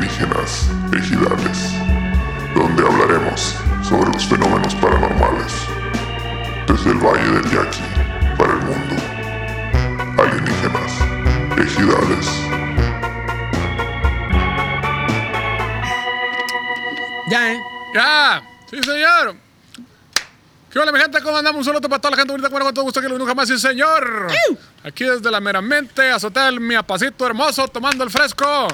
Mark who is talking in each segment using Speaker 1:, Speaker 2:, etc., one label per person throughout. Speaker 1: Leyendas Ejidales, donde hablaremos sobre los fenómenos paranormales desde el Valle del Yaqui para el mundo. Alienígenas, ejidales.
Speaker 2: Ya, ¿eh?
Speaker 3: ¡Ya! ¡Sí, señor! ¿Qué hola, mi gente? ¿Cómo andamos? Un saludo para toda la gente bonita. Bueno, con todo gusto que lo nunca más, sí, señor. Aquí desde la meramente, azotea el miapacito hermoso, tomando el fresco.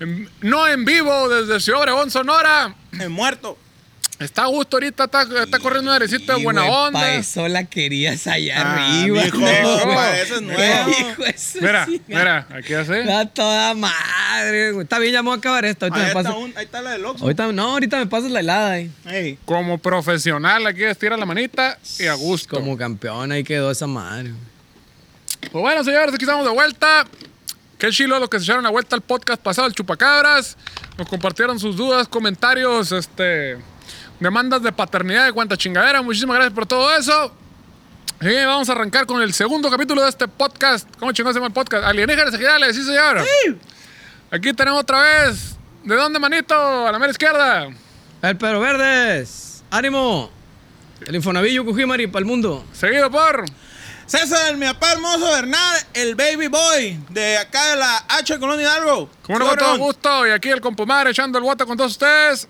Speaker 3: En- no en vivo, desde Ciudad Obregón, Sonora.
Speaker 2: El muerto.
Speaker 3: Está a gusto ahorita, está, está corriendo un airecito de buena onda.
Speaker 4: Para eso la querías allá
Speaker 2: Ah,
Speaker 4: arriba.
Speaker 2: mijo,
Speaker 4: no.
Speaker 2: pa' eso es nuevo.
Speaker 4: Hijo, eso
Speaker 3: Mira,
Speaker 4: sí,
Speaker 3: mira, aquí así.
Speaker 4: Está toda madre. güey. Está bien, ya me voy a acabar esto. Ahorita
Speaker 2: Ahí
Speaker 4: me
Speaker 2: está,
Speaker 4: paso-
Speaker 2: un- ahí está la del Oxxo.
Speaker 4: ahorita- no, ahorita me pasas la helada. eh.
Speaker 2: Ey,
Speaker 3: Como profesional, aquí estira la manita y a gusto.
Speaker 4: Como campeón, ahí quedó esa madre.
Speaker 3: Pues bueno, señores, aquí estamos de vuelta. Qué chilo los que se echaron la vuelta al podcast pasado, el Chupacabras. Nos compartieron sus dudas, comentarios, este, demandas de paternidad, de cuánta chingadera. Muchísimas gracias por todo eso. Y vamos a arrancar con el segundo capítulo de este podcast. ¿Cómo chingón se llama el podcast? Alienígenas Ejidales, sí, señor. Aquí tenemos otra vez. ¿De dónde, manito? A la mera izquierda.
Speaker 4: El Pedro Verdes. ¡Ánimo! El Infonavillo Cujimari para el mundo.
Speaker 3: Seguido por.
Speaker 2: César, mi papá hermoso, Bernal, el baby boy de acá de la H de Colonia Hidalgo.
Speaker 3: Como no, con todo
Speaker 2: Cabrón.
Speaker 3: gusto. Y aquí el compomar echando el guata con todos ustedes.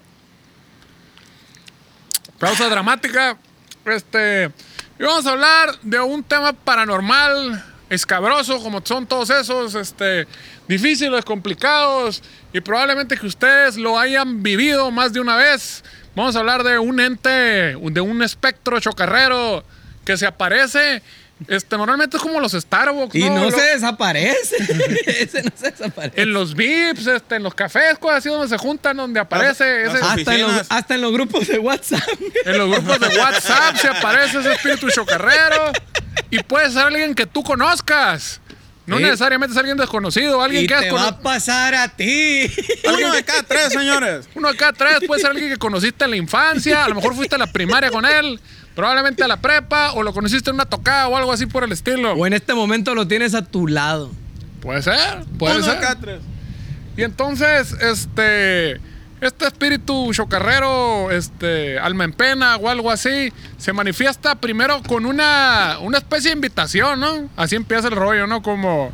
Speaker 3: Pausa dramática. Este. Y vamos a hablar de un tema paranormal, escabroso, como son todos esos, este, difíciles, complicados, y probablemente que ustedes lo hayan vivido más de una vez. Vamos a hablar de un ente, de un espectro chocarrero que se aparece. Este, normalmente es como los Starbucks.
Speaker 4: Y no,
Speaker 3: Lo-
Speaker 4: se desaparece. Ese no se desaparece.
Speaker 3: en los VIPs, este, en los cafés, cosas así donde se juntan, donde aparece
Speaker 4: Ah,
Speaker 2: Las-
Speaker 3: ese-
Speaker 2: las-
Speaker 4: Hasta en, los,
Speaker 2: oficinas.
Speaker 4: hasta en los grupos de WhatsApp.
Speaker 3: en los grupos de WhatsApp se aparece ese espíritu chocarrero. Y puede ser alguien que tú conozcas. No
Speaker 4: Sí.
Speaker 3: necesariamente es alguien desconocido, alguien
Speaker 4: Y
Speaker 3: que has
Speaker 4: te va
Speaker 3: conocido.
Speaker 4: a pasar a ti.
Speaker 2: Uno de cada tres, señores.
Speaker 3: Uno acá atrás puede ser alguien que conociste en la infancia, a lo mejor fuiste a la primaria con él, probablemente a la prepa, o lo conociste en una tocada o algo así por el estilo.
Speaker 4: O en este momento lo tienes a tu lado.
Speaker 3: Puede ser, puede
Speaker 2: Uno de
Speaker 3: ser.
Speaker 2: cada tres.
Speaker 3: Y entonces, este. Este espíritu chocarrero, este, alma en pena o algo así, se manifiesta primero con una, una especie de invitación, ¿no? Así empieza el rollo, ¿no? Como.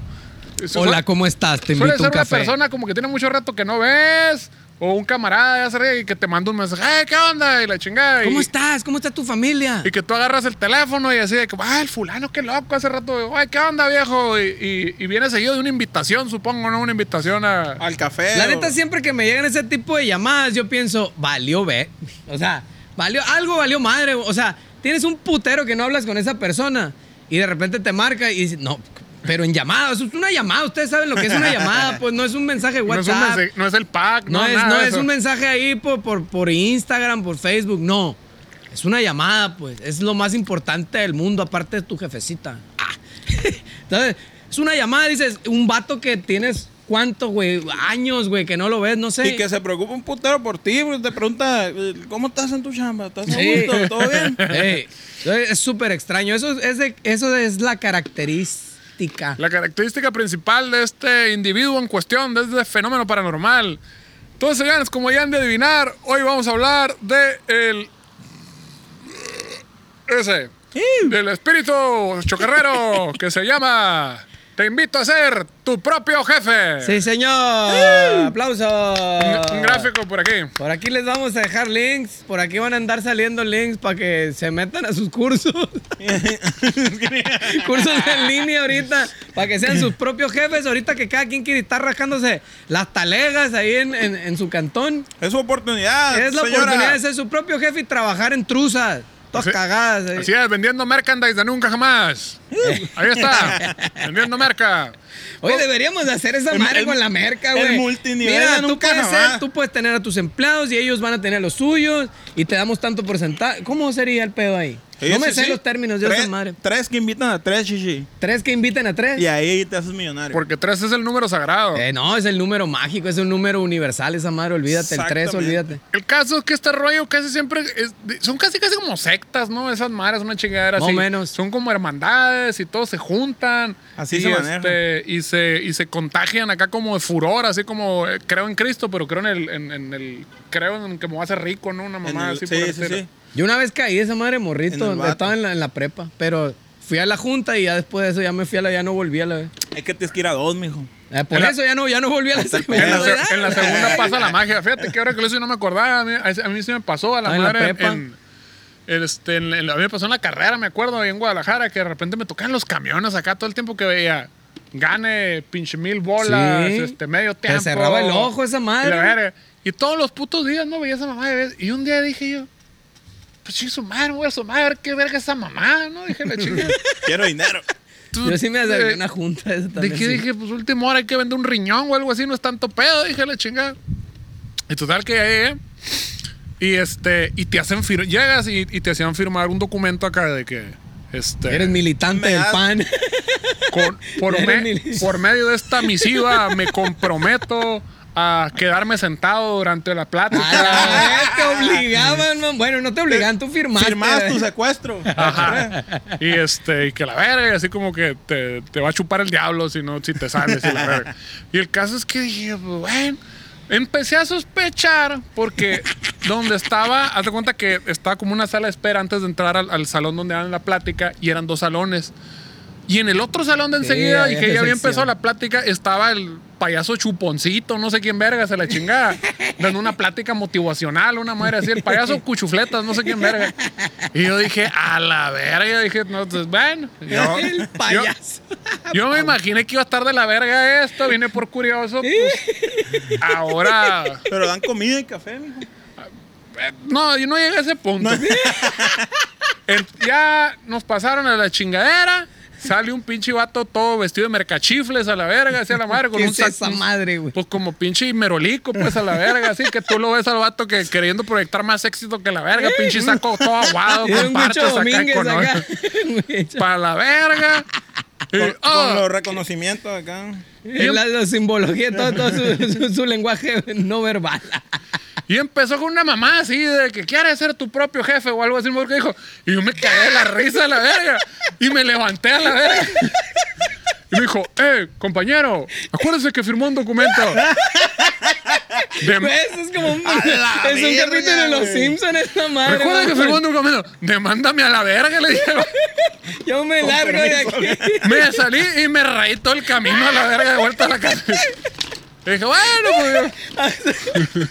Speaker 4: Hola, ¿cómo estás? Te
Speaker 3: Suele
Speaker 4: invito a un
Speaker 3: ser una
Speaker 4: café.
Speaker 3: persona como que tiene mucho rato que no ves, o un camarada de hace rato y que te manda un mensaje, "Hey, ¿qué onda? Y la chingada. y-
Speaker 4: ¿Cómo estás? ¿Cómo está tu familia?
Speaker 3: y que tú agarras el teléfono y así de que, ah, el fulano, qué loco, hace rato, ay, ¿qué onda, viejo? Y, y- y viene seguido de una invitación, supongo, ¿no? Una invitación a,
Speaker 2: Al café.
Speaker 4: La
Speaker 2: o-
Speaker 4: neta, siempre que me llegan ese tipo de llamadas, yo pienso, valió ver. O sea, valió, algo valió madre. O sea, tienes un putero que no hablas con esa persona y de repente te marca y dices, no, pero en llamada, eso es una llamada. Ustedes saben lo que es una llamada, pues no es un mensaje de
Speaker 3: No es, un
Speaker 4: WhatsApp.
Speaker 3: mensaje- no es el pack, no,
Speaker 4: No, es,
Speaker 3: nada
Speaker 4: no
Speaker 3: de
Speaker 4: es
Speaker 3: eso.
Speaker 4: un mensaje ahí por, por, por Instagram, por Facebook, no. Es una llamada, pues. Es lo más importante del mundo, aparte de tu jefecita. Ah. Entonces, es una llamada, dices, un vato que tienes cuántos, güey, años, güey, que no lo ves, no sé.
Speaker 2: Y que se preocupa un putero por ti, güey, te pregunta, eh, ¿cómo estás en tu chamba? ¿Estás a
Speaker 4: Sí.
Speaker 2: gusto? ¿Todo bien?
Speaker 4: Ey, entonces, es súper extraño. Eso es, de- eso es la característica.
Speaker 3: La característica principal de este individuo en cuestión, de este fenómeno paranormal. Entonces, señores, como ya han de adivinar, hoy vamos a hablar de el... Ese.
Speaker 4: Mm.
Speaker 3: Del espíritu chocarrero que se llama... Te invito a ser tu propio jefe.
Speaker 4: Sí, señor. Aplausos.
Speaker 3: Un, un gráfico por aquí.
Speaker 4: Por aquí les vamos a dejar links. Por aquí van a andar saliendo links para que se metan a sus cursos. cursos en línea ahorita. Para que sean sus propios jefes. Ahorita que cada quien quiere estar rascándose las talegas ahí en, en- en su cantón.
Speaker 2: Es su oportunidad.
Speaker 4: es la
Speaker 2: Ah, señora.
Speaker 4: oportunidad de ser su propio jefe y trabajar en truzas. Todas
Speaker 3: Así-
Speaker 4: cagadas. eh. ahí.
Speaker 3: Así es, vendiendo merchandise de nunca jamás.
Speaker 4: Mm.
Speaker 3: Ahí está, vendiendo merca.
Speaker 4: Oye, deberíamos de hacer esa
Speaker 2: Pues, El-
Speaker 4: madre
Speaker 2: el-
Speaker 4: con la merca,
Speaker 2: el
Speaker 4: güey.
Speaker 2: multinivel
Speaker 4: Mira,
Speaker 2: de
Speaker 4: tú
Speaker 2: nunca
Speaker 4: puedes,
Speaker 2: jamás.
Speaker 4: ser- tú puedes tener a tus empleados y ellos van a tener los suyos y te damos tanto porcentaje. ¿Cómo sería el pedo ahí?
Speaker 2: Sí,
Speaker 4: no me
Speaker 2: sí,
Speaker 4: sé
Speaker 2: sí.
Speaker 4: los términos de
Speaker 2: tres,
Speaker 4: esa madre.
Speaker 2: Tres que invitan a tres, chichi.
Speaker 4: Tres que inviten a tres.
Speaker 2: Y ahí te haces millonario.
Speaker 3: Porque tres es el número sagrado.
Speaker 4: Eh, no, es el número mágico, es un número universal esa madre, olvídate, el tres,
Speaker 2: Exactamente.
Speaker 4: olvídate.
Speaker 3: El caso es que este rollo casi siempre es de- son casi casi como sectas, ¿no? Esas maras, una chingadera
Speaker 4: Más o
Speaker 3: así.
Speaker 4: menos.
Speaker 3: Son como hermandades redes y todos se juntan.
Speaker 2: Así
Speaker 3: y este,
Speaker 2: se maneja.
Speaker 3: y, se, y se contagian acá como de furor, así como eh, creo en Cristo, pero creo en el, en, en el creo en que me voy a hacer rico, ¿no? Una
Speaker 2: En
Speaker 3: mamá
Speaker 2: el-
Speaker 3: así por
Speaker 2: sí, sí,
Speaker 3: decirlo.
Speaker 2: sí.
Speaker 4: Yo una vez caí de esa madre
Speaker 2: En el
Speaker 4: morrito,
Speaker 2: vato.
Speaker 4: estaba en la, en la prepa, pero fui a la junta y ya después de eso ya me fui a la, ya no volví a la vez.
Speaker 2: Es que tienes que ir a dos, mijo.
Speaker 4: Eh, por
Speaker 3: En la-
Speaker 4: eso ya no, ya no volví a la
Speaker 2: Hasta el
Speaker 3: En la,
Speaker 4: segunda,
Speaker 2: pedo,
Speaker 3: se-
Speaker 4: ¿verdad? Eh.
Speaker 3: en la segunda pasa la magia. Fíjate que ahora que lo hice no me acordaba. A mí, a mí sí me pasó a la
Speaker 4: Ah, en la
Speaker 3: madre.
Speaker 4: prepa.
Speaker 3: en- en- este, en- en- a mí me pasó en la carrera, me acuerdo, ahí en Guadalajara, que de repente me tocaban los camiones acá todo el tiempo que veía. Gane pinche mil bolas,
Speaker 4: Sí.
Speaker 3: este, medio
Speaker 4: Te
Speaker 3: tiempo.
Speaker 4: cerraba el ojo esa madre.
Speaker 3: Y, la verga. Y todos los putos días no veía esa mamá de vez. Y un día dije yo, pues chingue su madre, me voy a asomar a ver qué verga es esa mamá, ¿no? Dije la chinga.
Speaker 2: Quiero dinero.
Speaker 3: Tú-
Speaker 4: Yo sí me acerqué
Speaker 3: eh,
Speaker 4: a una junta de esa
Speaker 3: de
Speaker 4: también.
Speaker 3: que
Speaker 4: sí.
Speaker 3: dije, pues última hora hay que vender un riñón o algo así, no es tanto pedo, dije la chingada. Y total que ya llegué. Y este, y te hacen fir- llegas y, y te hacían firmar un documento acá de que este
Speaker 4: Eres militante
Speaker 2: Me
Speaker 4: del
Speaker 2: das-
Speaker 4: PAN.
Speaker 3: con- por,
Speaker 4: Eres
Speaker 3: me-
Speaker 4: mili-
Speaker 3: por medio de esta misiva me comprometo a quedarme sentado durante la
Speaker 4: A
Speaker 3: plática.
Speaker 4: la vez te obligaban, man. Bueno, no te obligaban, tú firmaste.
Speaker 2: Firmabas tu
Speaker 4: ¿verdad?
Speaker 2: secuestro.
Speaker 3: Ajá. Y este, y que la verga, y así como que te, te va a chupar el diablo si no, si te sales y la verga. Y el caso es que dije, pues, bueno, empecé a sospechar porque donde estaba, haz de cuenta que estaba como una sala de espera antes de entrar al, al salón donde daban la plática y eran dos salones. Y en el otro salón de
Speaker 4: Sí,
Speaker 3: enseguida, y
Speaker 4: había
Speaker 3: que ya había
Speaker 4: sección.
Speaker 3: empezado la plática, estaba el payaso chuponcito, no sé quién verga, se la chingada, dando una plática motivacional, una madre así, el payaso cuchufletas, no sé quién verga. Y yo dije, a la verga, yo dije, no, pues, bueno. Yo,
Speaker 4: El payaso.
Speaker 3: yo- yo me imaginé que iba a estar de la verga esto, vine por curioso, pues, ahora...
Speaker 2: Pero dan comida y café, mijo.
Speaker 3: Eh, No, yo no llegué a ese punto. En- ya nos pasaron a la chingadera. Sale un pinche vato todo vestido de mercachifles a la verga, así a la madre, con
Speaker 4: ¿Qué
Speaker 3: un
Speaker 4: es
Speaker 3: sac-
Speaker 4: esa madre, güey?
Speaker 3: Pues como pinche merolico, pues a la verga, así que tú lo ves al vato que queriendo proyectar más éxito que la verga, pinche saco todo aguado,
Speaker 4: Era
Speaker 3: con
Speaker 4: un
Speaker 3: parches
Speaker 4: Gucho
Speaker 3: Ah, acá,
Speaker 4: Domínguez
Speaker 3: con-
Speaker 4: acá. Un Huicho.
Speaker 3: Para la verga. Y,
Speaker 2: Con,
Speaker 3: ah,
Speaker 2: con los reconocimientos acá.
Speaker 4: En La, la simbología, todo, todo su, su- su lenguaje no verbal.
Speaker 3: Y empezó con una mamá así de que quieres ser tu propio jefe o algo así, me acuerdo que dijo. Y yo me cagué de la risa a la verga. Y me levanté a la verga. Y me dijo, eh, compañero, acuérdese que firmó un documento. De,
Speaker 4: Eso es como un,
Speaker 2: la
Speaker 4: es un
Speaker 2: verga,
Speaker 4: capítulo de Los
Speaker 2: güey.
Speaker 4: Simpsons, esta madre.
Speaker 3: recuerda que
Speaker 4: güey.
Speaker 3: firmó un documento. Demándame a la verga, le dije.
Speaker 4: Yo me largo de aquí.
Speaker 3: Me salí y me reí todo el camino a la verga de vuelta a la casa. Y dije, bueno, pues,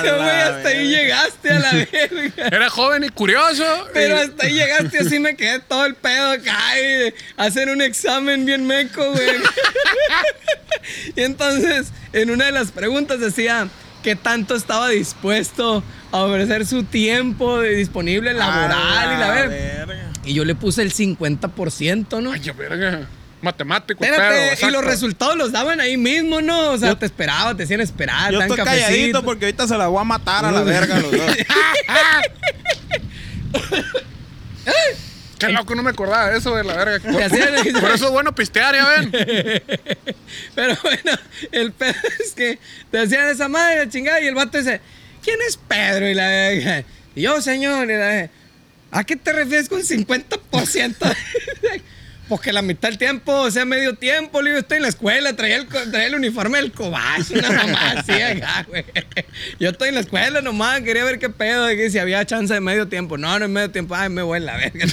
Speaker 4: Pero, güey, hasta ahí llegaste a la verga.
Speaker 3: era joven y curioso. y-
Speaker 4: Pero hasta ahí llegaste, así me quedé todo el pedo acá y de hacer un examen bien meco, güey. y entonces, en una de las preguntas decía que tanto estaba dispuesto a ofrecer su tiempo de- disponible laboral y la verga.
Speaker 2: Ah, verga.
Speaker 4: Y yo le puse el 50%, ¿no?
Speaker 3: Ay, ya verga. Matemático, pero,
Speaker 4: Espérate, y
Speaker 3: exacto.
Speaker 4: los resultados los daban ahí mismo, ¿no? O sea, te esperaba, te hacían esperar,
Speaker 2: Yo
Speaker 4: te dan
Speaker 2: estoy calladito
Speaker 4: cafecito.
Speaker 2: porque ahorita se la voy a matar a la verga los dos.
Speaker 3: Qué loco, no me acordaba de eso de la verga. Por,
Speaker 4: Te hacían-
Speaker 3: por eso es bueno pistear, ya ven.
Speaker 4: Pero bueno, el pedo es que te hacían esa madre, la chingada, y el vato dice, ¿quién es Pedro? Y la verga, y yo, señor, y la verga, ¿a qué te refieres con 50%? Porque la mitad del tiempo, o sea, medio tiempo, le digo, estoy en la escuela, traía el, co- traía el uniforme del cobacho, una mamá así acá, güey. Yo estoy en la escuela nomás, quería ver qué pedo, de que si había chance de medio tiempo. No, no es medio tiempo, ay, me voy a la verga.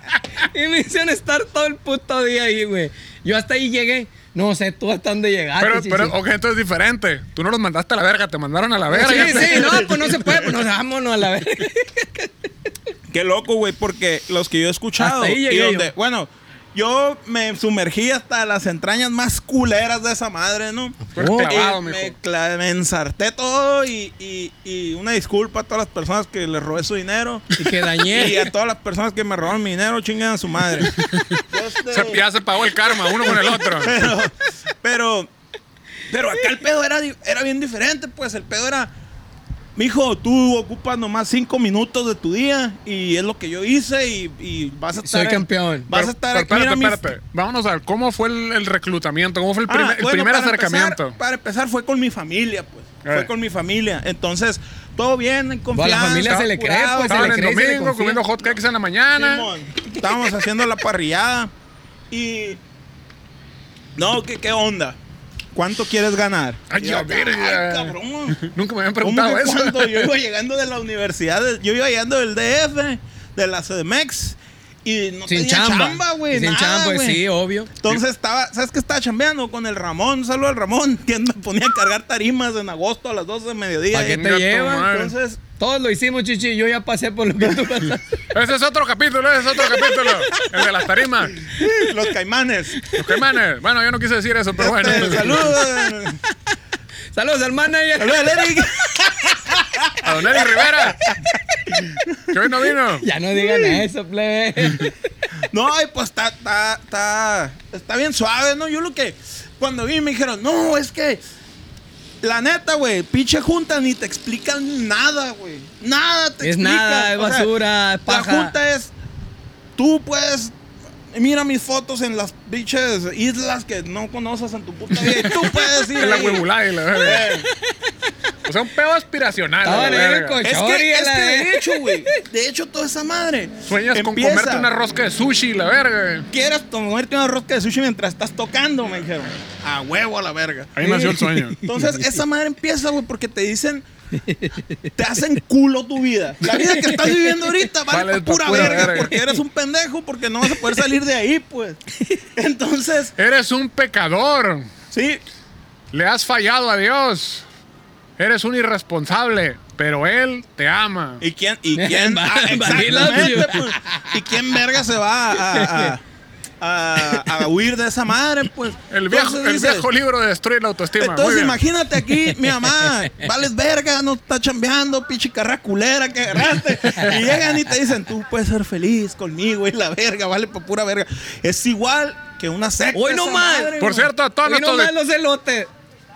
Speaker 4: Y me hicieron estar todo el puto día ahí, güey. Yo hasta ahí llegué. No sé tú hasta dónde llegaste.
Speaker 3: Pero,
Speaker 4: chichi.
Speaker 3: pero, ok, entonces es diferente. Tú no los mandaste a la verga, te mandaron a la verga.
Speaker 4: Sí, sí, no, pues no se puede, pues nos vámonos a la verga.
Speaker 2: Qué loco, güey, porque los que yo he escuchado.
Speaker 4: Hasta ahí llegué
Speaker 2: y donde-
Speaker 4: yo.
Speaker 2: Bueno, yo me sumergí hasta las entrañas más culeras de esa madre, ¿no?
Speaker 3: Fue clavado,
Speaker 2: Y
Speaker 3: mijo.
Speaker 2: me, cla- me ensarté todo y, y- y una disculpa a todas las personas que les robé su dinero.
Speaker 4: Y que dañé.
Speaker 2: Y a todas las personas que me robaron mi dinero, chingan a su madre. Este,
Speaker 3: Se- ya se pagó el karma uno con el otro.
Speaker 2: pero, pero, pero acá el pedo era, di- era bien diferente, pues el pedo era, mijo, tú ocupas nomás cinco minutos de tu día y es lo que yo hice y, y vas a
Speaker 4: Soy
Speaker 2: estar... en-
Speaker 4: campeón.
Speaker 2: Vas
Speaker 3: Pero-
Speaker 2: a estar
Speaker 3: pero
Speaker 2: aquí, mira,
Speaker 3: espérate,
Speaker 2: mis-
Speaker 3: espérate. Vámonos a ver cómo fue el, el reclutamiento, cómo fue el,
Speaker 2: Ah,
Speaker 3: primer- el
Speaker 2: bueno,
Speaker 3: primer
Speaker 2: para
Speaker 3: acercamiento.
Speaker 2: empezar- para empezar fue con mi familia, pues.
Speaker 3: Eh.
Speaker 2: Fue con mi familia. Entonces, todo bien, en
Speaker 4: a
Speaker 2: confianza.
Speaker 4: la familia se le cree,
Speaker 2: curado,
Speaker 4: pues, se
Speaker 3: Estaban
Speaker 4: le
Speaker 3: en
Speaker 4: cree y se le
Speaker 3: domingo
Speaker 4: confía.
Speaker 3: comiendo hot cakes en la mañana.
Speaker 2: Simón, estábamos haciendo la parrillada y no, ¿qué, qué onda? ¿Cuánto quieres ganar?
Speaker 3: Ay,
Speaker 2: Y yo,
Speaker 3: a ver, ya.
Speaker 2: cabrón.
Speaker 3: Nunca me habían
Speaker 2: ¿Cómo
Speaker 3: preguntado
Speaker 2: que
Speaker 3: eso.
Speaker 2: cuando yo iba llegando de la universidad, de- yo iba llegando del DF, de la CDMX E y no
Speaker 4: Sin
Speaker 2: tenía
Speaker 4: chamba.
Speaker 2: chamba, güey,
Speaker 4: Sin
Speaker 2: nada,
Speaker 4: chamba, pues,
Speaker 2: güey.
Speaker 4: sí, obvio.
Speaker 2: Entonces estaba, ¿sabes qué estaba chambeando? Con el Ramón, saludo al Ramón, que me ponía a cargar tarimas en agosto a las 12 de mediodía.
Speaker 4: ¿Para qué
Speaker 3: Venga,
Speaker 4: te
Speaker 3: tu
Speaker 4: llevan?
Speaker 3: madre.
Speaker 2: Entonces,
Speaker 4: Todos lo hicimos, chichi. Yo ya pasé por lo que tú pasaste.
Speaker 3: Ese es otro capítulo, ese es otro capítulo. El de las tarimas.
Speaker 2: los caimanes.
Speaker 3: Los caimanes. Bueno, yo no quise decir eso,
Speaker 4: Ah,
Speaker 3: pero bueno.
Speaker 2: Este, saludos.
Speaker 4: Saludos al manager.
Speaker 2: Saludos al Eric.
Speaker 3: A Don Eric Rivera. Que hoy no vino.
Speaker 4: Ya no digan eso, plebe.
Speaker 2: No, y pues está, está, está, está bien suave, ¿no? Yo lo que, cuando vi me dijeron, no, es que, la neta, güey, pinche junta ni te explican nada, güey. Nada te
Speaker 4: Es
Speaker 2: explican.
Speaker 4: nada, es
Speaker 2: O sea,
Speaker 4: basura, es paja.
Speaker 2: La junta es, tú puedes, mira mis fotos en las pinches islas que no conoces en tu puta vida. y Tú puedes ir
Speaker 3: En la
Speaker 2: ahí.
Speaker 3: huevulada y la verga. O sea, un pedo aspiracional. la
Speaker 4: Estaban ahí en el
Speaker 3: verga.
Speaker 4: coche.
Speaker 2: Es
Speaker 4: Chori,
Speaker 2: que, es
Speaker 4: la
Speaker 2: que de
Speaker 4: verga.
Speaker 2: hecho, güey, de hecho toda esa madre.
Speaker 3: Sueñas
Speaker 2: empieza-
Speaker 3: con comerte una rosca de sushi y la verga.
Speaker 2: quieras tomarte una rosca de sushi mientras estás tocando, me dijeron. A huevo a la verga.
Speaker 3: Ahí nació el sueño.
Speaker 2: Entonces, esa madre empieza, güey, porque te dicen, te hacen culo tu vida. La vida que estás viviendo ahorita vale,
Speaker 3: Vale
Speaker 2: pa' pura,
Speaker 3: pa' pura
Speaker 2: verga,
Speaker 3: verga.
Speaker 2: porque eres un pendejo, porque no vas a poder salir de ahí, pues. Entonces,
Speaker 3: Eres un pecador.
Speaker 2: sí,
Speaker 3: Le has fallado a Dios. Eres un irresponsable. Pero Él te ama.
Speaker 2: ¿y quién? ¿Y quién?
Speaker 4: Va-
Speaker 2: ah,
Speaker 4: Vanilla
Speaker 2: exactamente,
Speaker 4: Ice.
Speaker 2: pues. ¿Y quién verga se va a, a- a- a huir de esa madre, pues?
Speaker 3: El viejo,
Speaker 2: Entonces
Speaker 3: el
Speaker 2: dices,
Speaker 3: viejo libro de destruir la autoestima. Muy
Speaker 2: Entonces
Speaker 3: bien.
Speaker 2: imagínate aquí, mi mamá, vales verga, no está chambeando, pinche carrera culera que agarraste. Y llegan y te dicen, tú puedes ser feliz conmigo y la verga, vale por pura verga. Es igual que una secta.
Speaker 4: Hoy no
Speaker 2: esa
Speaker 4: más.
Speaker 2: madre,
Speaker 3: Por
Speaker 2: güey.
Speaker 3: cierto, a todos
Speaker 4: Y no más
Speaker 3: nuestros.
Speaker 4: los elotes.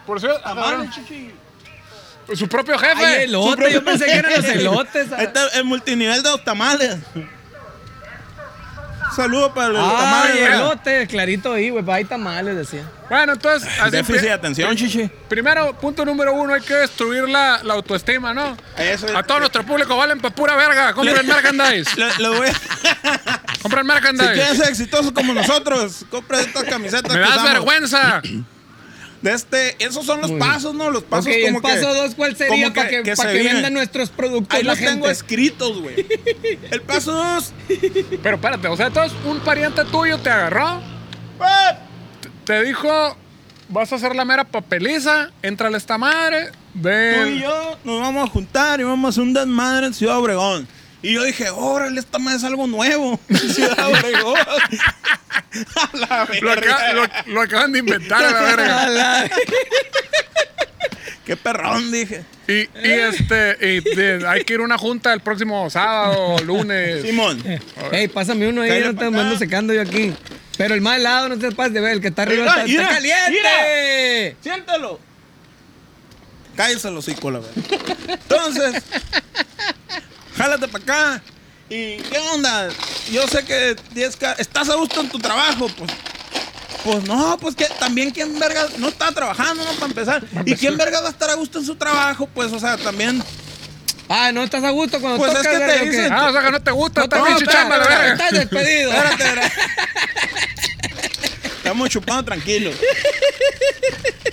Speaker 3: Por cierto, pues,
Speaker 2: Madre, chichi.
Speaker 3: su propio jefe.
Speaker 4: Ay, elote. Yo pensé que eran los elotes. ah.
Speaker 2: Ahí está el multinivel de los tamales. Saludos para los
Speaker 4: Ay,
Speaker 2: tamales. güey.
Speaker 4: elote. Ah, Clarito ahí, güey. Ahí tamales, decía.
Speaker 3: Bueno, entonces. así
Speaker 2: Déficit
Speaker 3: pri-
Speaker 2: de atención, chichi.
Speaker 3: Primero, punto número uno, hay que destruir la, la autoestima, ¿no?
Speaker 2: Eso es-
Speaker 3: a todo nuestro público valen pa' pura verga. Compren merchandise.
Speaker 2: Lo, lo voy a-
Speaker 3: Compren
Speaker 2: si quieren
Speaker 3: merchandise.
Speaker 2: ser exitosos como nosotros, compren estas camisetas.
Speaker 3: Me
Speaker 2: que
Speaker 3: das
Speaker 2: usamos.
Speaker 3: vergüenza.
Speaker 2: De este, esos son los pasos, ¿no? Los pasos
Speaker 4: Ok, y
Speaker 2: como
Speaker 4: el paso
Speaker 2: que,
Speaker 4: dos, ¿cuál
Speaker 2: como
Speaker 4: sería para que, pa'
Speaker 2: se
Speaker 4: que
Speaker 2: viven?
Speaker 4: vendan nuestros productos
Speaker 2: Ahí
Speaker 4: la
Speaker 2: los tengo
Speaker 4: gente?
Speaker 2: escritos, güey. El paso dos,
Speaker 3: Pero espérate, o sea, entonces un pariente tuyo te agarró,
Speaker 2: ¡pap!
Speaker 3: te dijo, vas a hacer la mera papeliza, entra esta madre,
Speaker 2: tú
Speaker 4: Eh.
Speaker 2: y
Speaker 3: de
Speaker 2: yo nos vamos a juntar y vamos a hacer un desmadre en Ciudad Obregón. Y yo dije, órale, esta madre es algo nuevo. Ciudad Obregón. A la
Speaker 3: lo,
Speaker 2: verga.
Speaker 3: aca- lo- lo acaban de inventar a la verga.
Speaker 2: Qué perrón, dije.
Speaker 3: Y, y, este, y de- hay que ir a una junta el próximo sábado, lunes.
Speaker 2: Simón.
Speaker 4: eh. Ey, pásame uno ahí,
Speaker 2: Cállate
Speaker 4: no te
Speaker 2: pa'
Speaker 4: mando
Speaker 2: acá.
Speaker 4: secando yo aquí. Pero el más helado no te pases de ver, el que está arriba
Speaker 2: Mira,
Speaker 4: está, está
Speaker 2: mira,
Speaker 4: caliente.
Speaker 2: Siéntalo. Cállese los hocico, la verdad. Entonces, jálate para acá. ¿Y qué onda? Yo sé que tienes ca- estás a gusto en tu trabajo, pues. Pues no, pues que también quién verga no está trabajando, no para empezar. ¿Y quién verga va a estar a gusto en su trabajo? Pues, o sea, también.
Speaker 4: Ah, no estás a gusto cuando
Speaker 2: Pues es
Speaker 4: tocas,
Speaker 2: que te
Speaker 4: verga, ¿o qué?
Speaker 2: dicen-
Speaker 3: Ah, o sea que no te gusta esta
Speaker 4: No,
Speaker 3: pinche
Speaker 4: espera,
Speaker 3: chamba, la
Speaker 4: espera,
Speaker 3: verga.
Speaker 4: Estás despedido.
Speaker 2: Espérate, verga. Estamos chupando tranquilos.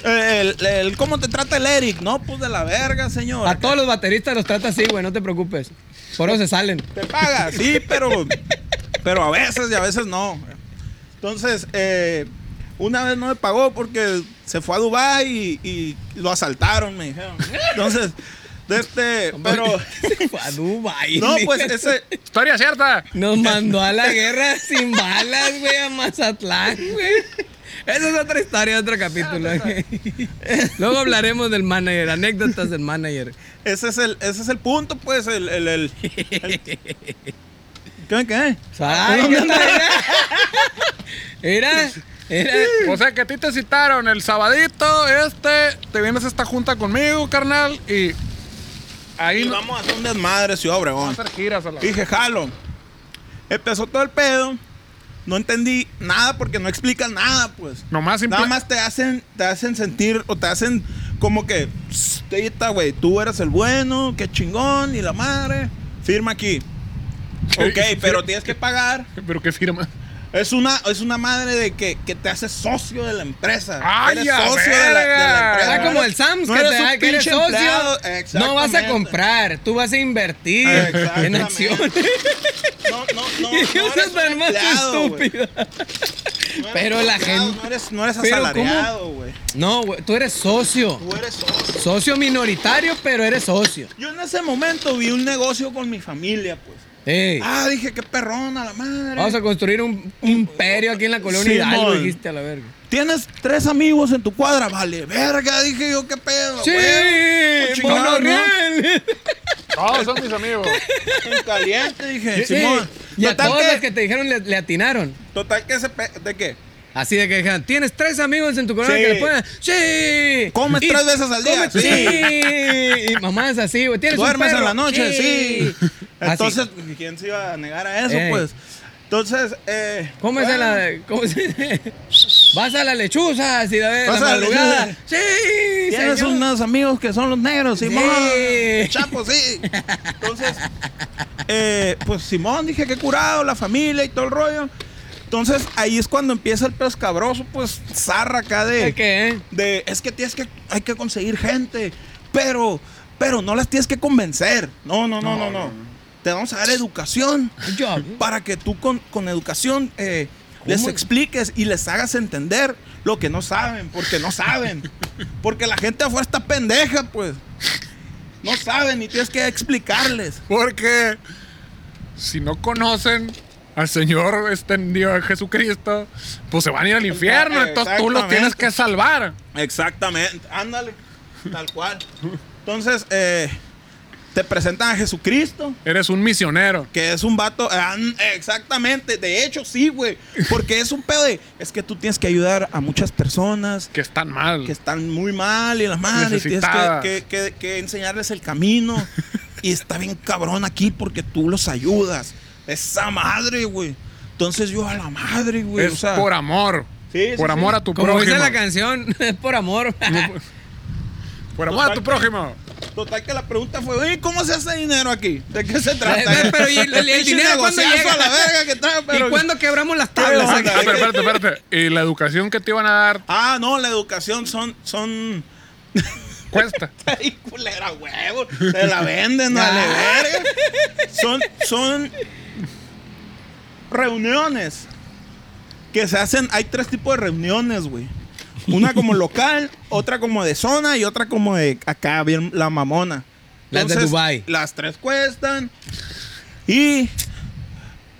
Speaker 2: El, el- ¿Cómo te trata el Eric? No, pues de la verga, señor.
Speaker 4: A todos los bateristas los trata así, güey, no te preocupes. Por eso se salen.
Speaker 2: Te paga, sí, pero, pero a veces y a veces no. Entonces, eh, una vez no me pagó porque se fue a Dubái y, y lo asaltaron, me dijeron. Entonces, de este, pero...
Speaker 4: Fue a Dubai.
Speaker 2: No, pues ese...
Speaker 3: Historia cierta.
Speaker 4: Nos mandó a la guerra sin balas, güey, a Mazatlán, güey. Esa es otra historia, otro capítulo.
Speaker 2: Ah,
Speaker 4: güey. Luego hablaremos del manager, anécdotas del manager.
Speaker 2: Ese es el, ese es el punto, pues, el... el, el, el- ¿Qué? ¿Qué? Ah,
Speaker 4: Ay, ¿qué tal? Mira, mira.
Speaker 3: O sea que a ti te citaron el sabadito, este, te vienes a esta junta conmigo, carnal, y ahí
Speaker 2: Y
Speaker 3: no- vamos
Speaker 2: vamos a hacer un desmadre, Ciudad
Speaker 3: a
Speaker 2: Obregón.
Speaker 3: hacer giras a la
Speaker 2: Dije, jalo. Empezó todo el pedo. No entendí nada porque no explican nada, pues.
Speaker 3: Nomás impl-
Speaker 2: Nada más te hacen, te hacen sentir o te hacen como que, "Psst, Tita, güey, tú eras el bueno, qué chingón, y la madre, firma aquí. Ok, pero tienes que pagar.
Speaker 3: Pero qué firma.
Speaker 2: Es una, es una madre de que, que te hace socio de la empresa.
Speaker 3: ¡Ay,
Speaker 2: eres
Speaker 3: a
Speaker 2: socio de la, de la
Speaker 3: verga!
Speaker 2: empresa.
Speaker 4: Ah,
Speaker 3: No
Speaker 4: como el Sams,
Speaker 2: No
Speaker 4: que
Speaker 2: eres
Speaker 4: te
Speaker 2: un
Speaker 4: da que eres
Speaker 2: pinche
Speaker 4: socio.
Speaker 2: empleado.
Speaker 4: No vas a
Speaker 2: Exactamente.
Speaker 4: comprar, tú vas a invertir en
Speaker 2: Exactamente.
Speaker 4: acciones.
Speaker 2: No, no, no. no
Speaker 4: Y
Speaker 2: eres
Speaker 4: usas
Speaker 2: un
Speaker 4: tan más
Speaker 2: empleado, güey.
Speaker 4: estúpida.
Speaker 2: No eres
Speaker 4: Pero
Speaker 2: un
Speaker 4: la
Speaker 2: empleado,
Speaker 4: gente-
Speaker 2: No eres, no eres
Speaker 4: Pero ¿cómo?
Speaker 2: asalariado, güey.
Speaker 4: No, güey, tú eres socio.
Speaker 2: Tú eres socio.
Speaker 4: Socio minoritario, pero eres socio.
Speaker 2: Yo en ese momento vi un negocio con mi familia, pues.
Speaker 4: Ey,
Speaker 2: Ah, dije, qué perrona la madre.
Speaker 4: vamos a construir un imperio aquí en la colonia
Speaker 2: Sí,
Speaker 4: Hidalgo,
Speaker 2: mon.
Speaker 4: dijiste a la verga.
Speaker 2: Tienes tres amigos en tu cuadra. Vale, verga, dije yo, qué pedo.
Speaker 4: Sí,
Speaker 2: güey. Pues chingado,
Speaker 4: monorriel.
Speaker 2: Eh,
Speaker 3: No, son mis amigos.
Speaker 2: ¿no? En caliente, dije.
Speaker 4: Sí,
Speaker 2: Simón.
Speaker 4: Y a
Speaker 2: Total
Speaker 4: todos
Speaker 2: que-
Speaker 4: los que te dijeron le, le atinaron.
Speaker 2: Total que ese pe- ¿De qué?
Speaker 4: Así de que dijeron, tienes tres amigos en tu colonia
Speaker 2: Sí.
Speaker 4: que le pueden... ¡Sí!
Speaker 2: Comes
Speaker 4: Y-
Speaker 2: tres veces al día,
Speaker 4: comes-
Speaker 2: sí.
Speaker 4: ¡Sí! Y mamás así, güey. ¿Tienes un
Speaker 2: Duermes en
Speaker 4: perro?
Speaker 2: la noche, sí.
Speaker 4: Así.
Speaker 2: Entonces, ¿quién se iba a negar a eso,
Speaker 4: Ey.
Speaker 2: pues? Entonces, eh.
Speaker 4: ¿Cómo es
Speaker 2: bueno,
Speaker 4: la.? ¿Cómo se.? Vas a la lechuza, así de ver,
Speaker 2: Vas
Speaker 4: la
Speaker 2: a la
Speaker 4: madrugada.
Speaker 2: lechuza.
Speaker 4: Sí,
Speaker 2: Tienes
Speaker 4: señor.
Speaker 2: unos amigos que son los negros, Simón.
Speaker 4: Sí.
Speaker 2: Chapo, sí. Entonces, eh, pues Simón, dije que curado, la familia y todo el rollo. Entonces, ahí es cuando empieza el pescabroso, pues, zarra acá de.
Speaker 4: ¿De qué? eh?
Speaker 2: de es que tienes que hay que conseguir gente, pero pero no las tienes que convencer. No, no, no, no, no. Te vamos a dar educación
Speaker 4: Yo.
Speaker 2: para que tú con, con educación eh, les expliques y les hagas entender lo que no saben, porque no saben. Porque la gente afuera está pendeja, pues. No saben y tienes que explicarles.
Speaker 3: Porque si no conocen al Señor este, Dios, Jesucristo, pues se van a ir al infierno. Entonces tú los
Speaker 2: Exactamente.
Speaker 3: tienes que salvar.
Speaker 2: Exactamente, ándale, tal cual. Entonces, eh, te presentan a Jesucristo.
Speaker 3: Eres un misionero.
Speaker 2: Que es un vato. ah, Exactamente. De hecho, sí, güey. Porque es un pedo de. Es que tú tienes que ayudar a muchas personas
Speaker 3: Que están mal.
Speaker 2: que están muy mal y las madres. y Tienes
Speaker 3: Necesitadas.
Speaker 2: que, que- que- que enseñarles el camino. y está bien cabrón aquí porque tú los ayudas. Esa madre, güey. Entonces yo a la madre, güey.
Speaker 3: es
Speaker 2: o sea,
Speaker 3: por amor.
Speaker 2: Sí, sí,
Speaker 3: por
Speaker 2: sí.
Speaker 3: amor a tu
Speaker 4: Como dice
Speaker 3: prójimo.
Speaker 4: la canción, es por amor.
Speaker 2: pues,
Speaker 3: Por amor a tu prójimo.
Speaker 2: total que la pregunta fue: Oye, ¿cómo se hace dinero aquí? ¿De qué se trata?
Speaker 4: Eh, pero ¿y el- el
Speaker 2: Pinche
Speaker 4: dinero cuándo
Speaker 2: negociazo
Speaker 4: llega?
Speaker 2: a la verga que trae, pero-
Speaker 4: ¿Y cuándo quebramos las
Speaker 2: Pero-
Speaker 4: tablas?
Speaker 3: Ah,
Speaker 4: aquí?
Speaker 2: Ándale.
Speaker 3: pero espérate, espérate. Y la educación que te iban a dar
Speaker 2: Ah, no, la educación son. son
Speaker 3: cuesta.
Speaker 2: Ay, culera, huevo. Te la venden, no vale verga. Son, son reuniones que se hacen. Hay tres tipos de reuniones, güey. Una como local, otra como de zona y otra como de acá, bien la mamona.
Speaker 4: Las de Dubái.
Speaker 2: Las tres cuestan. Y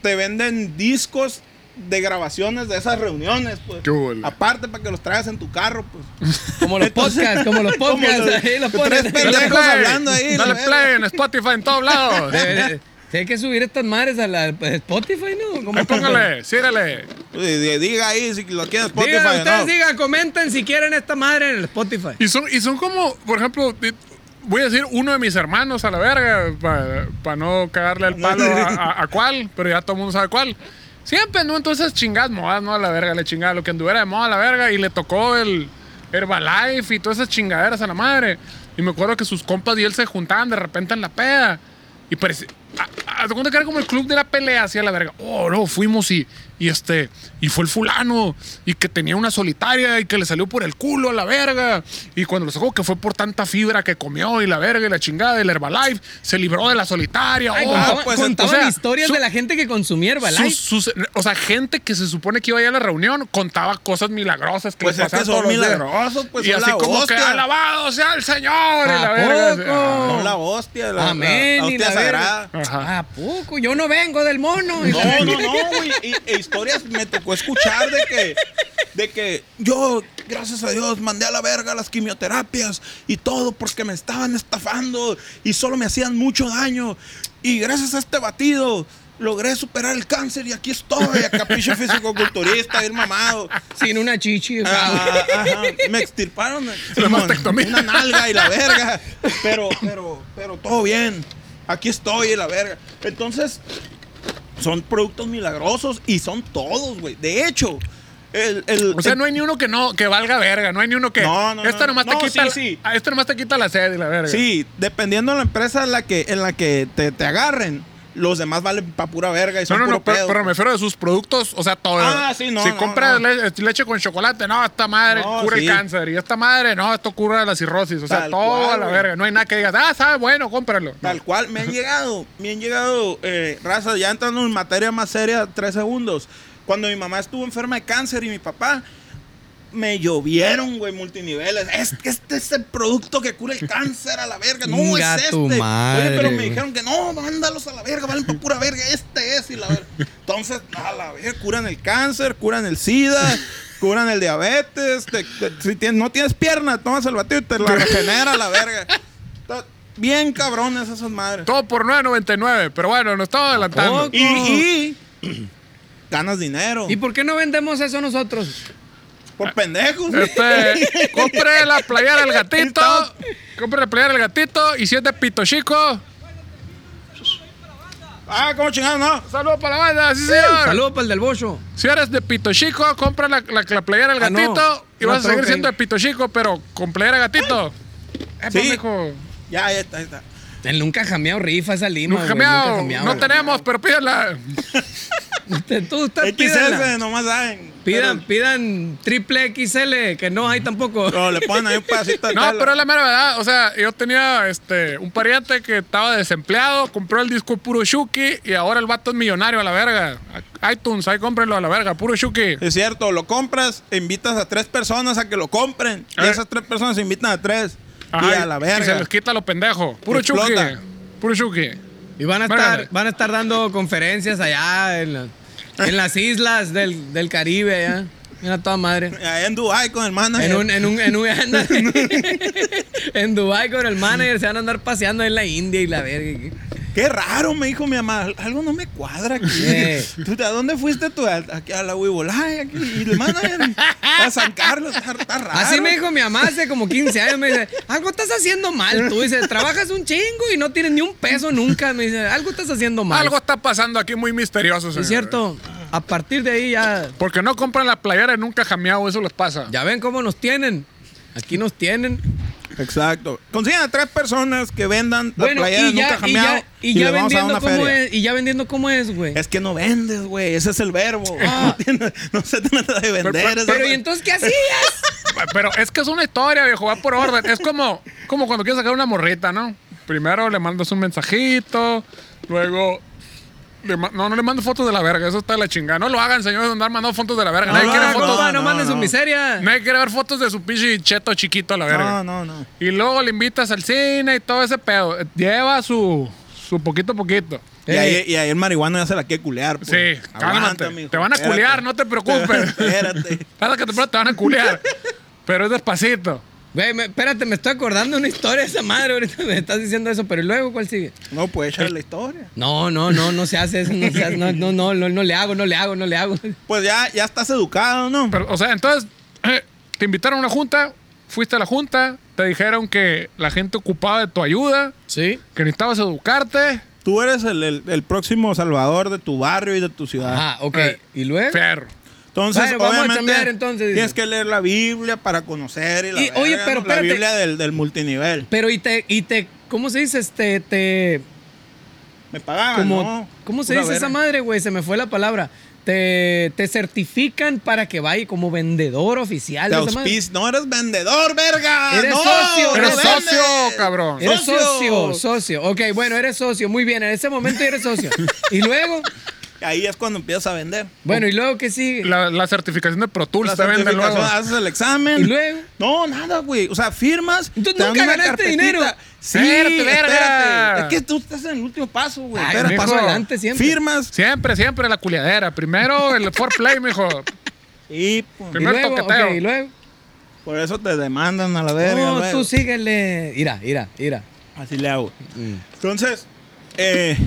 Speaker 2: te venden discos de grabaciones de esas reuniones, pues.
Speaker 3: Qué huele.
Speaker 2: Aparte para que los traigas en tu carro, pues.
Speaker 4: Como los podcasts, como los podcasts.
Speaker 2: Como los-
Speaker 4: ahí los
Speaker 2: tres
Speaker 4: ponen.
Speaker 2: pendejos
Speaker 3: Dale
Speaker 2: hablando ahí,
Speaker 3: play.
Speaker 2: la
Speaker 3: Dale
Speaker 2: verga.
Speaker 3: play en Spotify en todos lados.
Speaker 4: Debe de- sí, hay que subir estas madres a la a Spotify, ¿no? Como-
Speaker 3: Ahí Póngale, ciérrale.
Speaker 2: Y- y- Pues, Diga ahí si lo quieres Spotify.
Speaker 4: Digan, ustedes
Speaker 2: ¿no?
Speaker 4: digan, comenten si quieren esta madre en el Spotify.
Speaker 3: Y son, y son como, por ejemplo, di- voy a decir uno de mis hermanos a la verga, para no cagarle el palo a, a- a cuál, pero ya todo el mundo sabe cuál. Siempre, ¿no? Entonces chingadas modas, ¿no? A la verga, le chingada lo que anduviera de moda a la verga y le tocó el Herbalife y todas esas chingaderas a la madre. Y me acuerdo que sus compas y él se juntaban de repente en la peda. Y parecía. Haz de cuenta que era como el club de la pelea, así a la verga. Oh, no, fuimos y, y este. Y fue el fulano. Y que tenía una solitaria y que le salió por el culo a la verga. Y cuando lo sacó, que fue por tanta fibra que comió y la verga y la chingada del Herbalife, se libró de la solitaria.
Speaker 4: Ay,
Speaker 3: oh,
Speaker 2: Ah,
Speaker 4: contaban
Speaker 2: pues,
Speaker 4: contaban
Speaker 3: o sea,
Speaker 4: historias
Speaker 3: su-
Speaker 4: de la gente que consumía Herbalife.
Speaker 3: sus- sus- o sea, gente que se supone que iba a ir a la reunión contaba cosas milagrosas que
Speaker 2: Pues
Speaker 3: le
Speaker 2: es que
Speaker 3: pasaban todos
Speaker 2: son
Speaker 3: los días.
Speaker 2: milagrosos, pues
Speaker 3: y
Speaker 2: son
Speaker 3: así
Speaker 2: la
Speaker 3: como que
Speaker 2: hostia.
Speaker 3: alabado sea el Señor. Y
Speaker 4: ¿A
Speaker 3: la verga. "Ah,
Speaker 4: poco?
Speaker 2: Son la hostia, la, la-
Speaker 4: Amén,
Speaker 2: la
Speaker 4: y
Speaker 2: hostia
Speaker 4: la verga.
Speaker 2: sagrada.
Speaker 3: Ajá.
Speaker 4: ¿A poco? Yo no vengo del mono. Y la
Speaker 2: No, no, no, güey. Y, e historias me tocó escuchar de que, de que yo, gracias a Dios, mandé a la verga las quimioterapias y todo porque me estaban estafando y solo me hacían mucho daño. Y gracias a este batido logré superar el cáncer y aquí estoy, acá pinche físico-culturista, bien mamado.
Speaker 4: Sin una chichi. o sea,
Speaker 2: Ah, ajá. Me extirparon eh, Simón,
Speaker 3: mastectomía.
Speaker 2: una nalga y la verga. Pero, pero, pero todo bien. Aquí estoy y la verga. Entonces, son productos milagrosos y son todos, güey. De hecho, el, el-
Speaker 3: O sea,
Speaker 2: el-
Speaker 3: no hay ni uno que no que valga verga, no hay ni uno que
Speaker 2: No, no,
Speaker 3: esta
Speaker 2: no,
Speaker 3: nomás
Speaker 2: no,
Speaker 3: te quita
Speaker 2: sí, sí.
Speaker 3: a esta nomás te quita la sed y la verga.
Speaker 2: Sí, dependiendo de la empresa en la que, en la que te, te agarren, los demás valen pa' pura verga y
Speaker 3: No,
Speaker 2: son
Speaker 3: no,
Speaker 2: puro
Speaker 3: no, pero,
Speaker 2: pedo.
Speaker 3: pero me refiero de sus productos, o sea, todo.
Speaker 2: Ah, sí, no,
Speaker 3: Si
Speaker 2: no,
Speaker 3: compras
Speaker 2: no.
Speaker 3: le- leche con chocolate, no, esta madre
Speaker 2: No,
Speaker 3: cura
Speaker 2: sí.
Speaker 3: el cáncer. Y esta madre, no, esto cura la cirrosis. O sea,
Speaker 2: Tal
Speaker 3: todo
Speaker 2: cual,
Speaker 3: a la
Speaker 2: güey.
Speaker 3: verga. No hay nada que digas, ah, sabe, bueno, cómpralo.
Speaker 2: Tal cual, me han llegado, me han llegado eh, razas, ya entrando en materia más seria, tres segundos. Cuando mi mamá estuvo enferma de cáncer y mi papá, me llovieron, güey, multiniveles. Es que este es el producto que cura el cáncer a la verga. No,
Speaker 4: Chinga
Speaker 2: es este.
Speaker 4: tu madre,
Speaker 2: Oye, pero me
Speaker 4: güey.
Speaker 2: dijeron que no, mándalos a la verga, valen para pura verga. Este es y la verga. Entonces, a la verga, curan el cáncer, curan el SIDA. Curan el diabetes, te- te- si tienes- no tienes pierna, tomas el batido y te la regenera la verga. Está Bien cabrones esas madres.
Speaker 3: Todo por 9.99, pero bueno, nos estamos adelantando.
Speaker 4: poco?
Speaker 2: Y, y ganas dinero.
Speaker 4: ¿Y por qué no vendemos eso nosotros?
Speaker 2: por pendejos.
Speaker 3: Este, compre la playera del gatito.
Speaker 2: Estamos-
Speaker 3: compre la playera del gatito. Y si es de Pito Chico,
Speaker 2: Ah, ¿cómo chingados? No.
Speaker 3: saludo para la banda, sí, señor.
Speaker 4: Saludos para el del Bocho.
Speaker 3: Si eres de Pito Chico, compra la, la, la playera del
Speaker 4: Ah, no.
Speaker 3: gatito. Y
Speaker 4: No,
Speaker 3: vas a seguir
Speaker 4: tengo que
Speaker 3: siendo de
Speaker 4: ir.
Speaker 3: Pito Chico, pero con playera gatito. Eh,
Speaker 2: Sí.
Speaker 3: pendejo.
Speaker 2: Ya, ya está, ya está.
Speaker 4: Él nunca ha jameado rifa esa lima.
Speaker 3: Nunca
Speaker 4: güey,
Speaker 3: cambiado.
Speaker 4: jameado,
Speaker 3: No
Speaker 4: güey.
Speaker 3: tenemos, pero pídela.
Speaker 4: Tú estás
Speaker 2: XS, nomás saben.
Speaker 4: Pidan, pidan triple XL, que no hay tampoco.
Speaker 2: Pero le ponen ahí un pedacito de
Speaker 3: No,
Speaker 2: tela.
Speaker 3: pero es la mera verdad. O sea, yo tenía este, un pariente que estaba desempleado, compró el disco Puro Shuki y ahora el vato es millonario a la verga. iTunes, ahí cómprenlo a la verga, Puro Shuki.
Speaker 2: Es cierto, lo compras, invitas a tres personas a que lo compren.
Speaker 3: A
Speaker 2: Y
Speaker 3: ver.
Speaker 2: esas tres personas invitan a tres.
Speaker 3: Ajá,
Speaker 2: y a la
Speaker 3: y se
Speaker 2: verga.
Speaker 3: les quita a los pendejos. Puro Shuki.
Speaker 2: Explota.
Speaker 3: Puro Shuki.
Speaker 4: Y van a
Speaker 3: Márgale.
Speaker 4: estar, van a estar dando conferencias allá en, la- en las islas del, del Caribe, allá. Mira toda madre.
Speaker 2: Ahí en Dubai con el manager.
Speaker 4: En un, en un, en un, ándale. en Dubai con el manager se van a andar paseando en la India y la verga.
Speaker 2: Qué raro, me dijo mi mamá. Algo no me cuadra aquí.
Speaker 4: Eh.
Speaker 2: ¿Tú, ¿A dónde fuiste tú? A, aquí a la Huibolay, aquí. Y el manager. A San Carlos. Está, está raro.
Speaker 4: Así me dijo mi mamá hace como 15 años. Me dice, algo estás haciendo mal tú. Dice, trabajas un chingo y no tienes ni un peso nunca. Me dice, algo estás haciendo mal.
Speaker 3: Algo está pasando aquí muy misterioso, señor.
Speaker 4: Es cierto. A partir de ahí ya,
Speaker 3: Porque no compran la playera y nunca jameado, eso les pasa.
Speaker 4: ya ven cómo nos tienen. Aquí nos tienen.
Speaker 2: Exacto. Consigan a tres personas que vendan la
Speaker 4: Bueno,
Speaker 2: playera
Speaker 4: y ya,
Speaker 2: nunca
Speaker 4: y
Speaker 2: jameado
Speaker 4: ya, y ya
Speaker 2: le vamos a dar
Speaker 4: vendiendo
Speaker 2: una
Speaker 4: cómo
Speaker 2: feria.
Speaker 4: es, y ya vendiendo cómo es, güey.
Speaker 2: Es que no vendes, güey. Ese es el verbo. no se trata de vender.
Speaker 3: pero-
Speaker 2: esa
Speaker 4: Ah. Pero
Speaker 2: madre.
Speaker 4: ¿y entonces qué hacías?
Speaker 3: Pero es que es una historia, viejo, va por orden. Es como, como cuando quieres sacar una morrita, ¿no? Primero le mandas un mensajito, luego... le ma- no, no le mando fotos de la verga, eso está de la chingada. No lo hagan, señores, andar mandando fotos de la verga.
Speaker 2: No
Speaker 3: nadie,
Speaker 2: lo
Speaker 3: quiere
Speaker 2: hagan,
Speaker 3: fotos,
Speaker 4: no, no,
Speaker 2: no,
Speaker 4: manden su
Speaker 2: no.
Speaker 4: miseria.
Speaker 3: nadie quiere ver fotos de su pinche cheto chiquito a la verga.
Speaker 2: No, no, no.
Speaker 3: Y luego le invitas al cine y todo ese pedo. Lleva su, su poquito a poquito.
Speaker 2: Y
Speaker 4: Eh.
Speaker 2: ahí, y ahí el marihuano ya se la quiere culear. pues.
Speaker 3: Sí,
Speaker 2: Aguanta,
Speaker 3: cálmate.
Speaker 2: mijo,
Speaker 3: Te van a
Speaker 2: espérate.
Speaker 3: culear, no te preocupes.
Speaker 2: Espérate.
Speaker 3: Pasa que te, te van a culear. pero es despacito.
Speaker 4: Güey, me- espérate, me estoy acordando de una historia de esa madre. Ahorita me estás diciendo eso, pero ¿y luego cuál sigue?
Speaker 2: No puede echar la historia.
Speaker 4: No, no, no, no se hace eso. No, se hace- no, no, no, no, no le hago, no le hago, no le hago.
Speaker 2: Pues ya, ya estás educado, ¿no?
Speaker 3: Pero, o sea, entonces eh, te invitaron a una junta, fuiste a la junta, te dijeron que la gente ocupaba de tu ayuda,
Speaker 4: Sí.
Speaker 3: que necesitabas educarte.
Speaker 2: Tú eres el, el- el próximo salvador de tu barrio y de tu ciudad.
Speaker 4: Ah, ok.
Speaker 3: Eh,
Speaker 4: ¿Y luego?
Speaker 3: Ferro.
Speaker 2: Entonces,
Speaker 4: Bueno, vamos a
Speaker 2: obviamente,
Speaker 4: chambear, entonces, dice.
Speaker 2: tienes que leer la Biblia para conocer y la,
Speaker 4: Y, oye,
Speaker 2: verga,
Speaker 4: pero
Speaker 2: ¿no? la
Speaker 4: espérate.
Speaker 2: Biblia del, del multinivel.
Speaker 4: Pero y te, y te, ¿cómo se dice? Este, te,
Speaker 2: Me pagaban,
Speaker 4: como,
Speaker 2: Ah, ¿no?
Speaker 4: ¿cómo se
Speaker 2: Pura
Speaker 4: dice esa
Speaker 2: verga.
Speaker 4: madre, güey? Se me fue la palabra. Te, te certifican para que vaya como vendedor oficial.
Speaker 2: Te
Speaker 4: esa madre.
Speaker 2: auspic- No eres vendedor, verga.
Speaker 4: Eres
Speaker 2: no,
Speaker 4: socio,
Speaker 2: no
Speaker 3: Eres
Speaker 4: Pero
Speaker 2: vendes.
Speaker 3: socio, cabrón.
Speaker 4: Eres socio,
Speaker 2: ¡Socio!
Speaker 4: socio. Ok, bueno, eres socio. Muy bien, en ese momento eres socio. y luego,
Speaker 2: Ahí es cuando empiezas a vender.
Speaker 4: bueno, ¿y luego qué sigue?
Speaker 3: La, la certificación de Pro Tools
Speaker 2: La
Speaker 3: te venden
Speaker 2: certificación,
Speaker 3: luego.
Speaker 2: Ah, haces el examen.
Speaker 4: ¿Y luego?
Speaker 2: No, nada, güey. O sea, firmas.
Speaker 4: Entonces,
Speaker 2: te dan
Speaker 4: ¿nunca
Speaker 2: una
Speaker 4: ganaste
Speaker 2: carpetita.
Speaker 4: dinero?
Speaker 2: Sí,
Speaker 3: Espérate, verga.
Speaker 2: espérate. Es que tú estás en el último paso, güey.
Speaker 4: Ay,
Speaker 2: Espérate.
Speaker 4: paso
Speaker 3: mijo.
Speaker 4: adelante siempre.
Speaker 2: Firmas.
Speaker 3: Siempre, siempre la culiadera. Primero el foreplay, mijo.
Speaker 2: Y pues,
Speaker 4: Y
Speaker 3: Primer
Speaker 4: luego,
Speaker 3: toqueteo.
Speaker 4: ok, y luego.
Speaker 2: por eso te demandan a la verga.
Speaker 4: No,
Speaker 2: luego.
Speaker 4: tú síguele. Mira, mira, mira.
Speaker 2: Así le hago. Entonces, eh,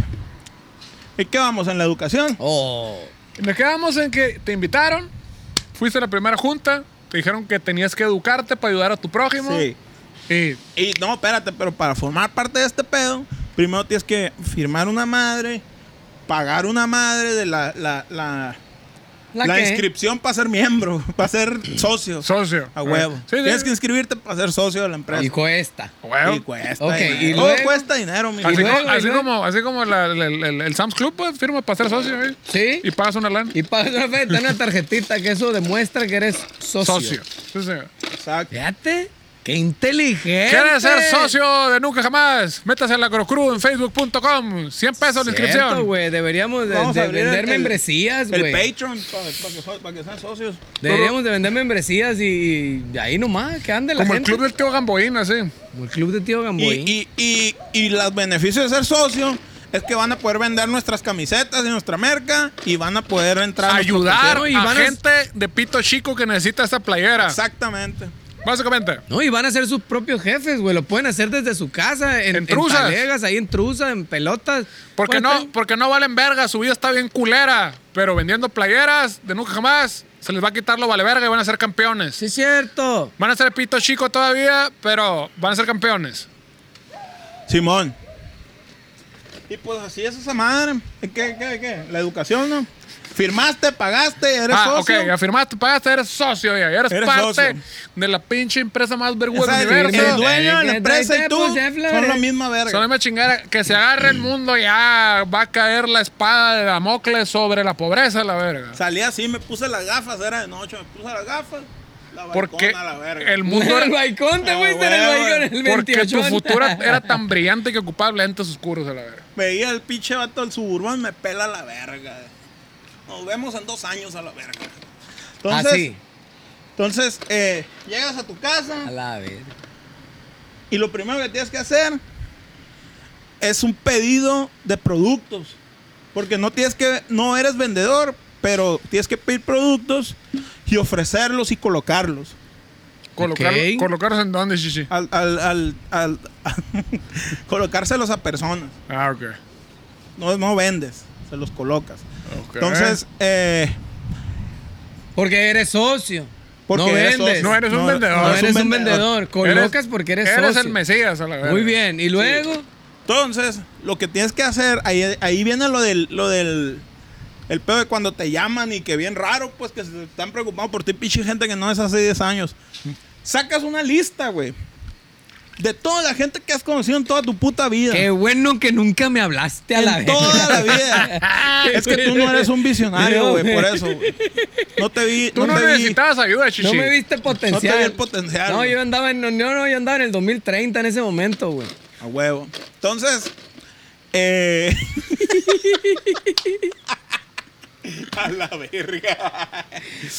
Speaker 2: ¿y qué vamos en la educación?
Speaker 4: Oh.
Speaker 3: Nos quedamos en que te invitaron, fuiste a la primera junta, te dijeron que tenías que educarte para ayudar a tu prójimo.
Speaker 2: Sí.
Speaker 3: Y
Speaker 2: Y no, espérate, pero para formar parte de este pedo, primero tienes que firmar una madre, pagar una madre de la, la, la, La,
Speaker 4: qué?
Speaker 2: inscripción para ser miembro, para ser socio.
Speaker 3: Socio.
Speaker 2: a huevo.
Speaker 3: Sí, sí.
Speaker 2: Tienes que inscribirte para ser socio de la empresa.
Speaker 4: Y cuesta.
Speaker 3: A huevo.
Speaker 2: Y cuesta.
Speaker 4: Ok,
Speaker 2: dinero.
Speaker 4: y
Speaker 2: Todo
Speaker 4: luego-
Speaker 2: cuesta dinero, mi
Speaker 3: Así,
Speaker 2: hijo.
Speaker 4: luego,
Speaker 3: como, así
Speaker 4: ¿eh?
Speaker 3: como, así como la- la- la- la- el Sam's Club, pues, firma para ser socio, güey.
Speaker 4: Sí.
Speaker 3: Y pagas una lana.
Speaker 4: Y pagas una fe, te dan una tarjetita que eso demuestra que eres socio.
Speaker 3: socio. Sí, señor.
Speaker 2: Exacto.
Speaker 4: Fíjate, qué inteligente.
Speaker 3: ¿Quieres ser socio de Nunca Jamás? Métase a la Crocru en facebook.com. 100 pesos la
Speaker 4: Cierto,
Speaker 3: inscripción.
Speaker 4: güey, deberíamos de,
Speaker 2: Vamos
Speaker 4: de
Speaker 2: a abrir
Speaker 4: vender
Speaker 2: el-
Speaker 4: membresías,
Speaker 2: El
Speaker 4: güey.
Speaker 2: Patreon para que, pa' que sean socios.
Speaker 4: Deberíamos de vender membresías y, y ahí nomás, que ande la
Speaker 3: Como el
Speaker 4: gente.
Speaker 3: club del tío Gamboín, así.
Speaker 4: Como el club de tío
Speaker 2: Y,
Speaker 4: Gamboy.
Speaker 2: y, y, y los beneficios de ser socio es que van a poder vender nuestras camisetas y nuestra merca y van a poder entrar. a nuestro
Speaker 3: Ayudar
Speaker 2: concierto
Speaker 3: a gente de pito chico que necesita esta playera.
Speaker 2: Exactamente.
Speaker 3: Básicamente.
Speaker 4: No, y van a ser sus propios jefes, güey. Lo pueden hacer desde su casa, en,
Speaker 3: En
Speaker 4: en
Speaker 3: truzas.
Speaker 4: talegas, ahí en truza, en pelotas.
Speaker 3: Porque
Speaker 4: Pueden
Speaker 3: no,
Speaker 4: estar-
Speaker 3: porque no valen verga, su vida está bien culera. Pero vendiendo playeras de nunca jamás, se les va a quitar lo vale verga y van a ser campeones.
Speaker 4: Sí, es cierto.
Speaker 3: Van a ser pito chico todavía, pero van a ser campeones.
Speaker 2: Simón. Y pues así es esa madre. ¿Qué, qué, qué? La educación, ¿no? Firmaste, pagaste, eres
Speaker 3: ah,
Speaker 2: socio.
Speaker 3: ok, afirmaste, pagaste, eres socio ya, eres,
Speaker 2: Eres
Speaker 3: parte
Speaker 2: socio.
Speaker 3: de la pinche empresa más vergüenza
Speaker 2: Esa-
Speaker 3: del
Speaker 2: el
Speaker 3: universo.
Speaker 2: dueño de la empresa y tú
Speaker 4: Pues, ya, Flores.
Speaker 2: son la misma verga.
Speaker 3: Solo me chingara que se agarre el mundo ya va a caer la espada de Damocles sobre la pobreza, la verga.
Speaker 2: Salí así, me puse las gafas, era de noche, me puse las gafas, la
Speaker 3: Porque
Speaker 2: balcona, la verga.
Speaker 3: el mundo
Speaker 4: El
Speaker 3: era,
Speaker 4: balcón, te
Speaker 2: Ah,
Speaker 4: fuiste en el
Speaker 2: güey,
Speaker 4: balcón, el 28.
Speaker 3: porque tu futuro era tan brillante que ocupaba lentes oscuros, a la verga.
Speaker 2: Veía el pinche vato del suburbán, me pela la verga. Nos vemos en dos años a la verga.
Speaker 4: Ah,
Speaker 2: Entonces,
Speaker 4: Así.
Speaker 2: entonces eh, llegas a tu
Speaker 4: A
Speaker 2: casa
Speaker 4: la vez.
Speaker 2: y lo primero que tienes que hacer es un pedido de productos. Porque no tienes que, no eres vendedor, pero tienes que pedir productos y ofrecerlos y colocarlos.
Speaker 3: Colocar,
Speaker 4: Ok.
Speaker 3: Colocarlos en donde, chichi.
Speaker 2: Al, al, al, al- colocárselos a personas.
Speaker 3: Ah, ok.
Speaker 2: No, no vendes, se los colocas.
Speaker 3: Ok.
Speaker 2: Entonces, eh,
Speaker 4: Porque eres socio.
Speaker 2: Porque
Speaker 4: no
Speaker 2: eres
Speaker 4: vendes.
Speaker 2: socio.
Speaker 3: No eres un vendedor.
Speaker 4: No
Speaker 3: eres
Speaker 4: eres un vendedor. Colocas
Speaker 3: Eres-
Speaker 4: porque eres,
Speaker 3: Eres
Speaker 4: socio.
Speaker 3: el Mesías, a la verga.
Speaker 4: Muy bien. Y luego,
Speaker 2: Entonces, lo que tienes que hacer, ahí, ahí viene lo del, lo del el pedo de cuando te llaman y que bien raro, pues que se están preocupados por ti, pinche gente que no es hace 10 años. Sacas una lista, güey. De toda la gente que has conocido en toda tu puta vida.
Speaker 4: qué bueno que nunca me hablaste a la
Speaker 2: en
Speaker 4: vez.
Speaker 2: toda la vida. es que tú no eres un visionario, güey, por eso. güey. No te vi,
Speaker 3: Tú no,
Speaker 2: te vi.
Speaker 3: necesitabas ayuda, chichi.
Speaker 4: No me viste
Speaker 2: No te vi el
Speaker 4: potencial.
Speaker 2: potencial.
Speaker 4: No,
Speaker 2: güey.
Speaker 4: yo andaba en, no, no, yo andaba en el 2030 en ese momento, güey.
Speaker 2: A huevo. Entonces, eh. a la verga.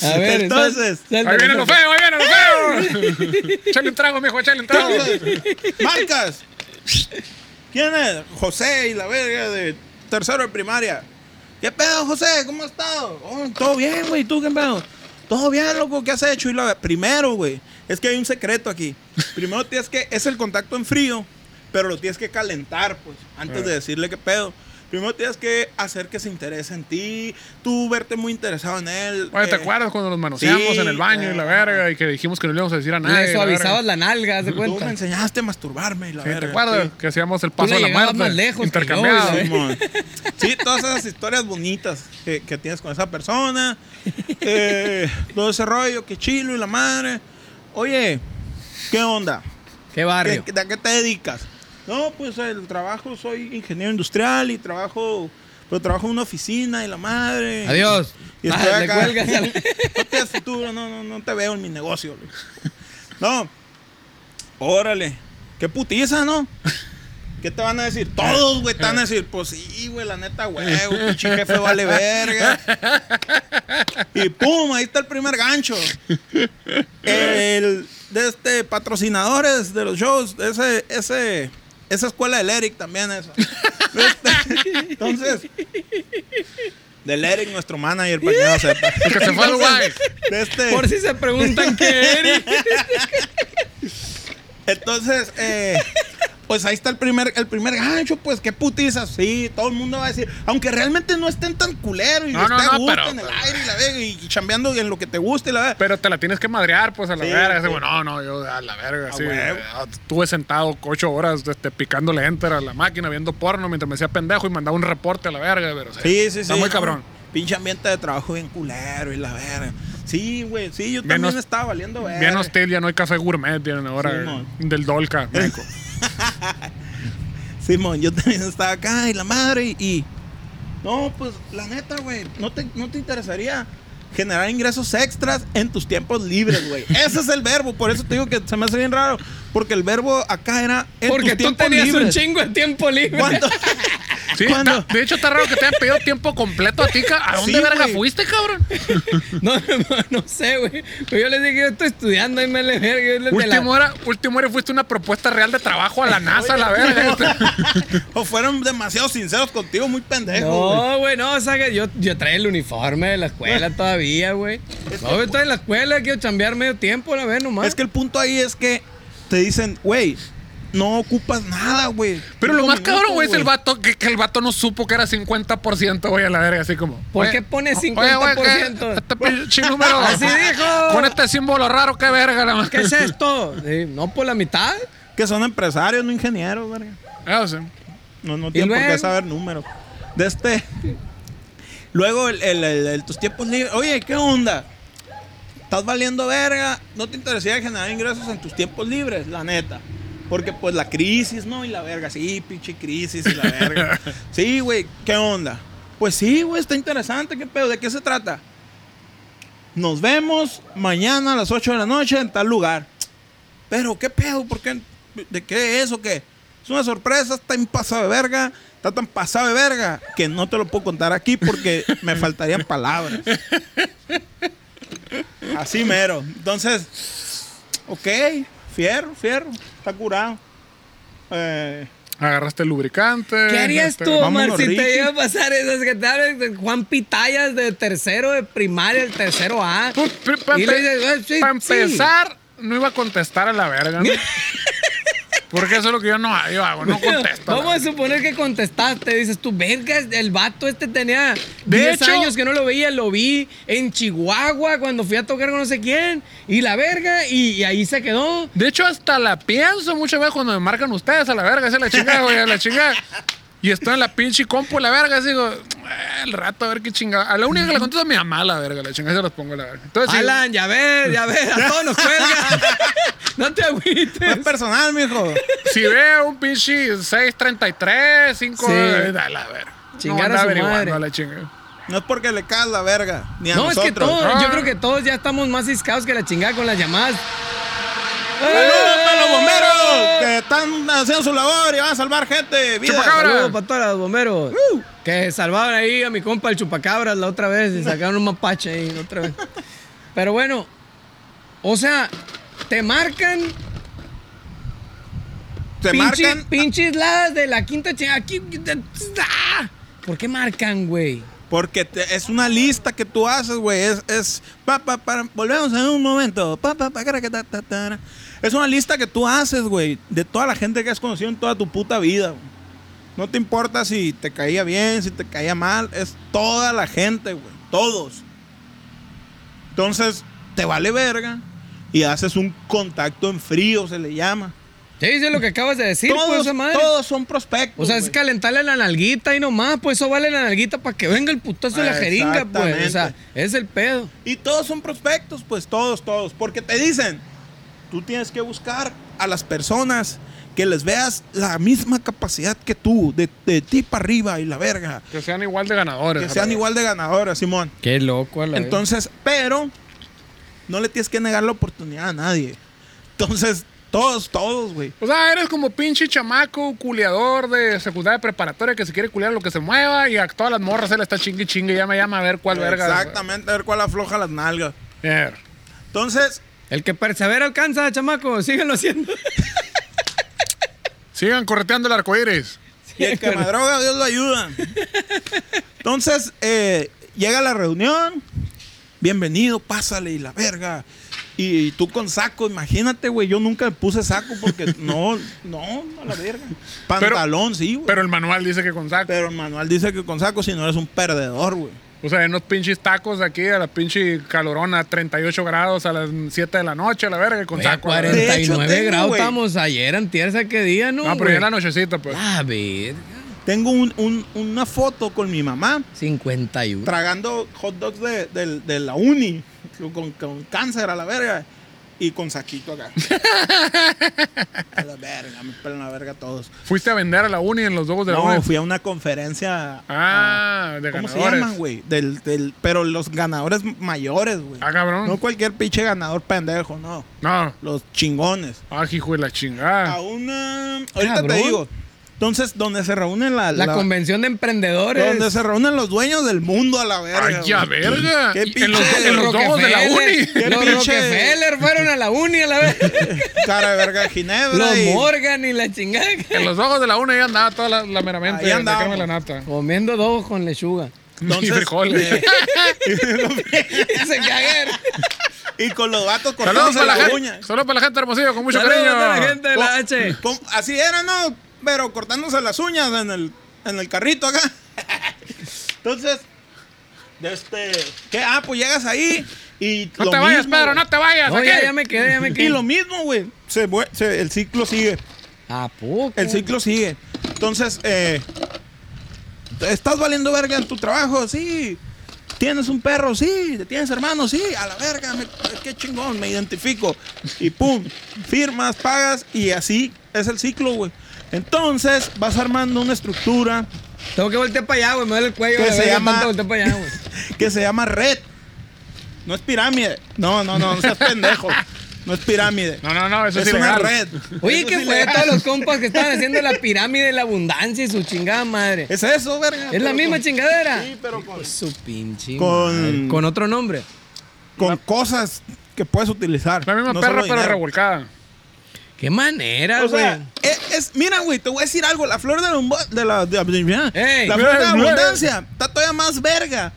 Speaker 4: A ver,
Speaker 2: Entonces,
Speaker 4: sal-
Speaker 3: Ahí viene lo feo, ahí viene lo feo. Échale un trago, mijo, échale un trago.
Speaker 2: Marcas. ¿Quién es? José y la verga de tercero de primaria. ¿Qué pedo, José? ¿Cómo has estado? Oh, Todo bien, güey. ¿Tú qué pedo? Todo bien, loco. ¿Qué has hecho? Y la primero, güey. Es que hay un secreto aquí. Primero tienes que. Es el contacto en frío, pero lo tienes que calentar, pues, antes
Speaker 3: Eh.
Speaker 2: de decirle qué pedo. Primero tienes que hacer que se interese en ti, tú verte muy interesado en él.
Speaker 3: Oye, ¿te
Speaker 2: eh,
Speaker 3: acuerdas cuando nos manoseamos
Speaker 2: sí,
Speaker 3: en el baño y la
Speaker 2: eh,
Speaker 3: verga y que dijimos que no le íbamos a decir a nadie?
Speaker 4: Le
Speaker 3: la verga?
Speaker 4: suavizabas la nalga, haz de
Speaker 2: Tú me
Speaker 4: cuenta.
Speaker 2: enseñaste a masturbarme y la
Speaker 3: Sí, ¿Te
Speaker 2: verga.
Speaker 3: acuerdas?
Speaker 2: Sí.
Speaker 3: Que hacíamos el paso
Speaker 4: le
Speaker 3: de la
Speaker 4: llegabas
Speaker 3: muerte.
Speaker 4: más lejos que
Speaker 3: intercambiado.
Speaker 4: yo, y la
Speaker 2: Simón. Sí, todas esas historias bonitas que, que tienes con esa persona. eh, todo ese rollo, que chilo y la madre. Oye, ¿qué onda?
Speaker 4: Qué barrio.
Speaker 2: ¿Qué- ¿De a qué te dedicas? No, pues el trabajo, soy ingeniero industrial y trabajo, pero trabajo en una oficina y la madre.
Speaker 4: Adiós.
Speaker 2: Y estoy
Speaker 4: Ah, le
Speaker 2: acá.
Speaker 4: cuelgas al-
Speaker 2: No tienes futuro, no, no, no te veo en mi negocio. güey. No. Órale. Qué putiza, ¿no? ¿Qué te van a decir? Todos, güey, te van a decir, pues sí, güey, la neta, güey, pinche jefe vale verga. Y pum, ahí está el primer gancho. El de este patrocinadores de los shows, ese, ese, esa escuela del Eric también eso. Este, Entonces, del Eric, nuestro manager, para que no sepa.
Speaker 3: El que se fue al Uruguay.
Speaker 2: De este-
Speaker 4: Por si se preguntan qué eres.
Speaker 2: Entonces, eh, pues ahí está el primer, el primer gancho, pues qué putizas. Sí, todo el mundo va a decir, aunque realmente no estén tan culeros y
Speaker 3: No, no,
Speaker 2: esté a
Speaker 3: no,
Speaker 2: gusto
Speaker 3: pero-
Speaker 2: en el aire y la verga, y chambeando en lo que te guste y la verga.
Speaker 3: Pero te la tienes que madrear, pues, a la
Speaker 2: Sí,
Speaker 3: verga.
Speaker 2: sí.
Speaker 3: Ese, bueno, no, no, yo a la verga,
Speaker 2: A
Speaker 3: sí.
Speaker 2: huevo.
Speaker 3: Ah, Estuve sentado ocho horas este, picándole enter a la máquina, viendo porno mientras me hacía pendejo y mandaba un reporte a la verga. Pero,
Speaker 2: Sí, sí, sí.
Speaker 3: Está muy cabrón.
Speaker 2: pinche ambiente de trabajo bien culero y la verga. Sí, güey, sí, yo
Speaker 3: Bien
Speaker 2: también
Speaker 3: hos-
Speaker 2: estaba valiendo verga.
Speaker 3: Bien hostil, ya no hay café gourmet, tienen ahora
Speaker 2: Sí,
Speaker 3: eh,
Speaker 2: mon.
Speaker 3: del Dolca, México.
Speaker 2: Simón, yo también estaba acá y la madre y... y- no, pues la neta, güey, no te, no te interesaría generar ingresos extras en tus tiempos libres, güey. Ese es el verbo, por eso te digo que se me hace bien raro, porque el verbo acá era en
Speaker 4: Porque
Speaker 2: tus
Speaker 4: tú
Speaker 2: tiempos
Speaker 4: tenías un
Speaker 2: libres.
Speaker 4: chingo de tiempo libre.
Speaker 2: ¿Cuánto?
Speaker 3: Sí,
Speaker 2: ¿Cuándo?
Speaker 3: está- de hecho está raro que te hayan pedido tiempo completo a ti, ca- ¿a dónde
Speaker 2: Sí,
Speaker 3: verga
Speaker 2: güey.
Speaker 3: fuiste, cabrón?
Speaker 4: No, no, no sé, güey. Pero Yo les dije que yo estoy estudiando y me le verga. yo les- de la-
Speaker 3: Último hora, último hora fuiste una propuesta real de trabajo a la NASA, a la verga.
Speaker 2: o fueron demasiado sinceros contigo, muy pendejo. güey.
Speaker 4: No, güey, no, o sea que yo, yo traía el uniforme de la escuela todavía, güey. No, yo estoy en la escuela, quiero chambear medio tiempo, la vez nomás.
Speaker 2: Es que el punto ahí es que te dicen, güey, no ocupas nada, güey.
Speaker 3: Pero lo
Speaker 2: Cinco
Speaker 3: más cabrón,
Speaker 2: minutos,
Speaker 3: güey, es el vato, que, que el vato no supo que era 50%, güey, a la verga, así como.
Speaker 4: ¿Por
Speaker 3: oye,
Speaker 4: qué pone
Speaker 3: oye,
Speaker 4: 50%?
Speaker 3: güey, este pinche número.
Speaker 4: Así dijo.
Speaker 3: Con este símbolo raro, qué verga, la
Speaker 4: ¿Qué es esto? Sí, no, por la mitad.
Speaker 2: Que son empresarios, no ingenieros, verga.
Speaker 3: Ah, o sea,
Speaker 2: No, no tienen por qué
Speaker 4: luego?
Speaker 2: saber números. De este. Luego, el, el- el- el- tus tiempos libres. Oye, ¿qué onda? Estás valiendo verga. No te interesaría generar ingresos en tus tiempos libres, la neta. Porque, pues, la crisis, ¿no? Y la verga. Sí, pinche crisis y la verga. Sí, güey, ¿qué onda? Pues sí, güey, está interesante. ¿Qué pedo? ¿De qué se trata? Nos vemos mañana a las 8 de la noche en tal lugar. Pero, ¿qué pedo? ¿Por qué? ¿De qué es o qué? Es una sorpresa, está en pasado de verga, está tan pasado de verga que no te lo puedo contar aquí porque me faltarían palabras. Así mero. Entonces, ok, fierro, fierro, está curado. Eh,
Speaker 3: agarraste el lubricante.
Speaker 4: ¿Qué harías
Speaker 3: este,
Speaker 4: tú,
Speaker 2: vámonos,
Speaker 4: Omar, si
Speaker 2: Ricky.
Speaker 4: te iba a pasar esas que te hablan de Juan Pitayas de tercero de primaria, el tercero A?
Speaker 3: Pues, pri- pa-
Speaker 4: Y le dices, "Eh, sí,
Speaker 3: Para
Speaker 4: sí".
Speaker 3: empezar, no iba a contestar a la verga, ¿no? Porque eso es lo que yo no yo hago, no contesto. a la
Speaker 4: Vamos a
Speaker 3: verga.
Speaker 4: suponer que contestaste. Dices tú, verga, el vato este tenía
Speaker 3: De
Speaker 4: 10
Speaker 3: hecho-
Speaker 4: años que no lo veía. Lo vi en Chihuahua cuando fui a tocar con no sé quién. Y la verga, y, y ahí se quedó.
Speaker 3: De hecho, hasta la pienso muchas veces cuando me marcan ustedes a la verga, esa es la chingada, güey, a la chingada. Y estoy en la pinche compu, la verga, así digo, "Eh, el rato, a ver qué chingada. A la única que le contesto es a mi mamá, la verga, la chingada, se los pongo a la verga. Entonces, sí,
Speaker 4: Alan, ya ves, ya ves, a todos nos cuelga. no te
Speaker 2: no es
Speaker 4: agüites.
Speaker 2: personal, mijo.
Speaker 3: si veo un pinche 633, 5,
Speaker 4: Sí.
Speaker 3: a la verga.
Speaker 4: Chingar a
Speaker 3: anda
Speaker 4: su
Speaker 3: averiguando
Speaker 4: madre.
Speaker 3: a la chingada.
Speaker 2: No es porque le caes la verga, ni a
Speaker 4: No, es
Speaker 2: nosotros.
Speaker 4: que todos,
Speaker 3: Ah.
Speaker 4: yo creo que todos ya estamos más ciscados que la chingada con las llamadas. Eh,
Speaker 2: ¡Saludos para los bomberos! Que están haciendo su labor y van a salvar gente. Vida.
Speaker 3: Chupacabra.
Speaker 4: Saludos para todos los bomberos. Que salvaron ahí a mi compa el chupacabras la otra vez y sacaron un mapache ahí la otra vez. Pero bueno, o sea, te marcan
Speaker 2: Te
Speaker 4: pinche-
Speaker 2: marcan
Speaker 4: pinches ladas de la quinta chingada. Aquí, ¡Ah! ¿Por qué marcan, güey?
Speaker 2: Porque te- es una lista que tú haces, güey. Es, es pa, pa, para- volvemos en un momento. Pa, pa, pa, cara, que ta, ta, tara. Es una lista que tú haces, güey, de toda la gente que has conocido en toda tu puta vida. güey. No te importa si te caía bien, si te caía mal. Es toda la gente, güey. Todos. Entonces, te vale verga y haces un contacto en frío, se le llama.
Speaker 4: Ya dice lo que acabas de decir, pues,
Speaker 2: todos,
Speaker 4: esa madre.
Speaker 2: todos son prospectos.
Speaker 4: O sea, es
Speaker 2: Pues, güey.
Speaker 4: calentarle la nalguita y nomás, pues eso vale la nalguita para que venga el putazo de la jeringa, pues. O sea,
Speaker 2: Ah, Exactamente.
Speaker 4: es el pedo.
Speaker 2: Y todos son prospectos, pues todos, todos. Porque te dicen, tú tienes que buscar a las personas que les veas la misma capacidad que tú, de, de ti para arriba y la verga.
Speaker 3: Que sean igual de ganadores.
Speaker 2: Que
Speaker 3: a la
Speaker 2: sean
Speaker 3: verga.
Speaker 2: igual de ganadoras, Simón.
Speaker 4: Qué loco, a la vez.
Speaker 2: Entonces, pero no le tienes que negar la oportunidad a nadie. Entonces, todos, todos, güey.
Speaker 3: O sea, eres como pinche chamaco, culiador de secundaria preparatoria que se quiere culiar lo que se mueva y a todas las morras se le está chingue y chingue. Ya me llama a ver cuál verga.
Speaker 2: Exactamente, a ver cuál afloja las nalgas.
Speaker 3: Eh,
Speaker 2: Entonces,
Speaker 4: El que persevera alcanza, chamaco, síganlo haciendo.
Speaker 3: Sigan correteando el arcoíris.
Speaker 2: Y el que madroga, Dios lo ayuda. Entonces, eh, llega la reunión. Bienvenido, pásale y la verga. Y, tú con saco, imagínate, güey. Yo nunca puse saco porque no, no, a la verga. Pantalón, sí, güey. Pero,
Speaker 3: Pero el manual dice que con saco.
Speaker 2: el manual dice que con saco si no eres un perdedor, güey.
Speaker 3: O sea, en unos pinches tacos aquí a la pinche calorona, 38 grados a las 7 de la noche, a la verga, y con
Speaker 4: Oye,
Speaker 3: saco. a la verga.
Speaker 2: cuarenta. De hecho,
Speaker 4: 49
Speaker 2: tengo,
Speaker 4: grados
Speaker 2: güey. Ah,
Speaker 4: estábamos ayer, antier, ¿sabes qué día, no?
Speaker 3: No, pero
Speaker 4: güey?
Speaker 3: ya en la nochecita, pues.
Speaker 4: La verga.
Speaker 2: Tengo un- un- una foto con mi mamá
Speaker 4: 51.
Speaker 2: tragando hot dogs de, del- de la uni con, con cáncer a la verga y con saquito acá. a la verga, me pelan la verga todos.
Speaker 3: Fuiste a vender a la uni en los dogos de la
Speaker 2: No,
Speaker 3: uni.
Speaker 2: fui a una conferencia. a-
Speaker 3: Ah, de
Speaker 2: ¿Cómo
Speaker 3: ganadores.
Speaker 2: se llaman, güey? Del, del, pero los ganadores mayores, güey.
Speaker 3: Ah, cabrón.
Speaker 2: No cualquier pinche ganador pendejo, no.
Speaker 3: No.
Speaker 2: Los chingones.
Speaker 3: Ah, hijo de la chingada.
Speaker 2: A una. Ahorita
Speaker 4: Cabrón.
Speaker 2: te digo. Entonces, donde se reúnen la,
Speaker 4: La
Speaker 2: la-
Speaker 4: convención de emprendedores.
Speaker 2: donde se reúnen los dueños del mundo a la verga.
Speaker 3: Ay, ya
Speaker 2: güey.
Speaker 3: verga.
Speaker 2: Qué
Speaker 3: Y en los,
Speaker 2: pinche
Speaker 3: en los dogos de la uni.
Speaker 2: Qué
Speaker 4: Los
Speaker 2: pinche-
Speaker 4: Rockefeller fueron a la uni a la vez.
Speaker 2: Cara de verga de Ginebra.
Speaker 4: Los
Speaker 2: y-
Speaker 4: Morgan y la chingada.
Speaker 3: En los dogos de la uni ya andaba toda la, la meramente.
Speaker 2: Ahí
Speaker 3: de
Speaker 2: andábamos.
Speaker 3: sacarme la nata.
Speaker 4: Comiendo dos con lechuga.
Speaker 3: y
Speaker 2: Entonces,
Speaker 3: frijoles.
Speaker 2: eh,
Speaker 4: Y se cagan.
Speaker 2: y con los vatos
Speaker 3: Saludos
Speaker 2: cortándose
Speaker 3: para la,
Speaker 2: la
Speaker 3: gente.
Speaker 2: uña.
Speaker 3: Saludos para la gente de hermosillo, con mucho
Speaker 4: Saludos
Speaker 3: cariño.
Speaker 4: a la gente de
Speaker 2: Oh.
Speaker 4: la H.
Speaker 2: Pum, Así era, ¿no? Pero cortándose las uñas en el, en el carrito acá. Entonces, de este, ¿qué? Ah, pues llegas ahí y
Speaker 3: No
Speaker 2: lo
Speaker 3: te vayas,
Speaker 2: mismo,
Speaker 3: Pedro,
Speaker 2: güey.
Speaker 3: no te vayas.
Speaker 4: No,
Speaker 3: aquí.
Speaker 4: ya, ya me quedé, ya me
Speaker 2: Y
Speaker 4: quedé.
Speaker 2: lo mismo, güey. Se, vue- se- el ciclo sigue.
Speaker 4: ¿A poco?
Speaker 2: El ciclo sigue. Entonces, eh, ¿estás valiendo verga en tu trabajo? Sí. ¿Tienes un perro? Sí. ¿Tienes hermanos? Sí. A la verga, me- qué chingón, me identifico. Y pum, firmas, pagas y así es el ciclo, güey. Entonces, vas armando una estructura
Speaker 4: Tengo que voltear para allá, güey. Me duele el cuello.
Speaker 2: Que
Speaker 4: la
Speaker 2: se
Speaker 4: verga,
Speaker 2: llama-
Speaker 4: tanto voltear para allá, güey.
Speaker 2: que se llama red. No es pirámide. No, no, no, no seas pendejo. No es pirámide.
Speaker 3: No, no, no, eso
Speaker 2: es
Speaker 3: es
Speaker 2: una
Speaker 3: ilegal.
Speaker 2: red.
Speaker 4: Oye,
Speaker 2: Eso
Speaker 4: ¿qué
Speaker 2: es
Speaker 4: fue de
Speaker 2: ilegal.
Speaker 4: todos los compas que estaban haciendo la pirámide de la abundancia y su chingada madre?
Speaker 2: Es eso, verga.
Speaker 4: Es la
Speaker 2: pero
Speaker 4: misma
Speaker 2: con-
Speaker 4: chingadera.
Speaker 2: Sí, pero con,
Speaker 4: Su pinche.
Speaker 2: Con-
Speaker 4: madre. Con otro nombre.
Speaker 2: con cosas que puedes utilizar.
Speaker 3: La misma
Speaker 2: no
Speaker 3: perra,
Speaker 2: solo
Speaker 3: pero
Speaker 2: dinero.
Speaker 3: revolcada.
Speaker 4: Qué manera,
Speaker 2: O
Speaker 4: güey.
Speaker 2: sea, es, es- mira, güey, te voy a decir algo. La flor de la, abundancia- de la, de- de-
Speaker 4: Ey,
Speaker 2: la flor de la
Speaker 3: güey, güey.
Speaker 2: abundancia está todavía más verga.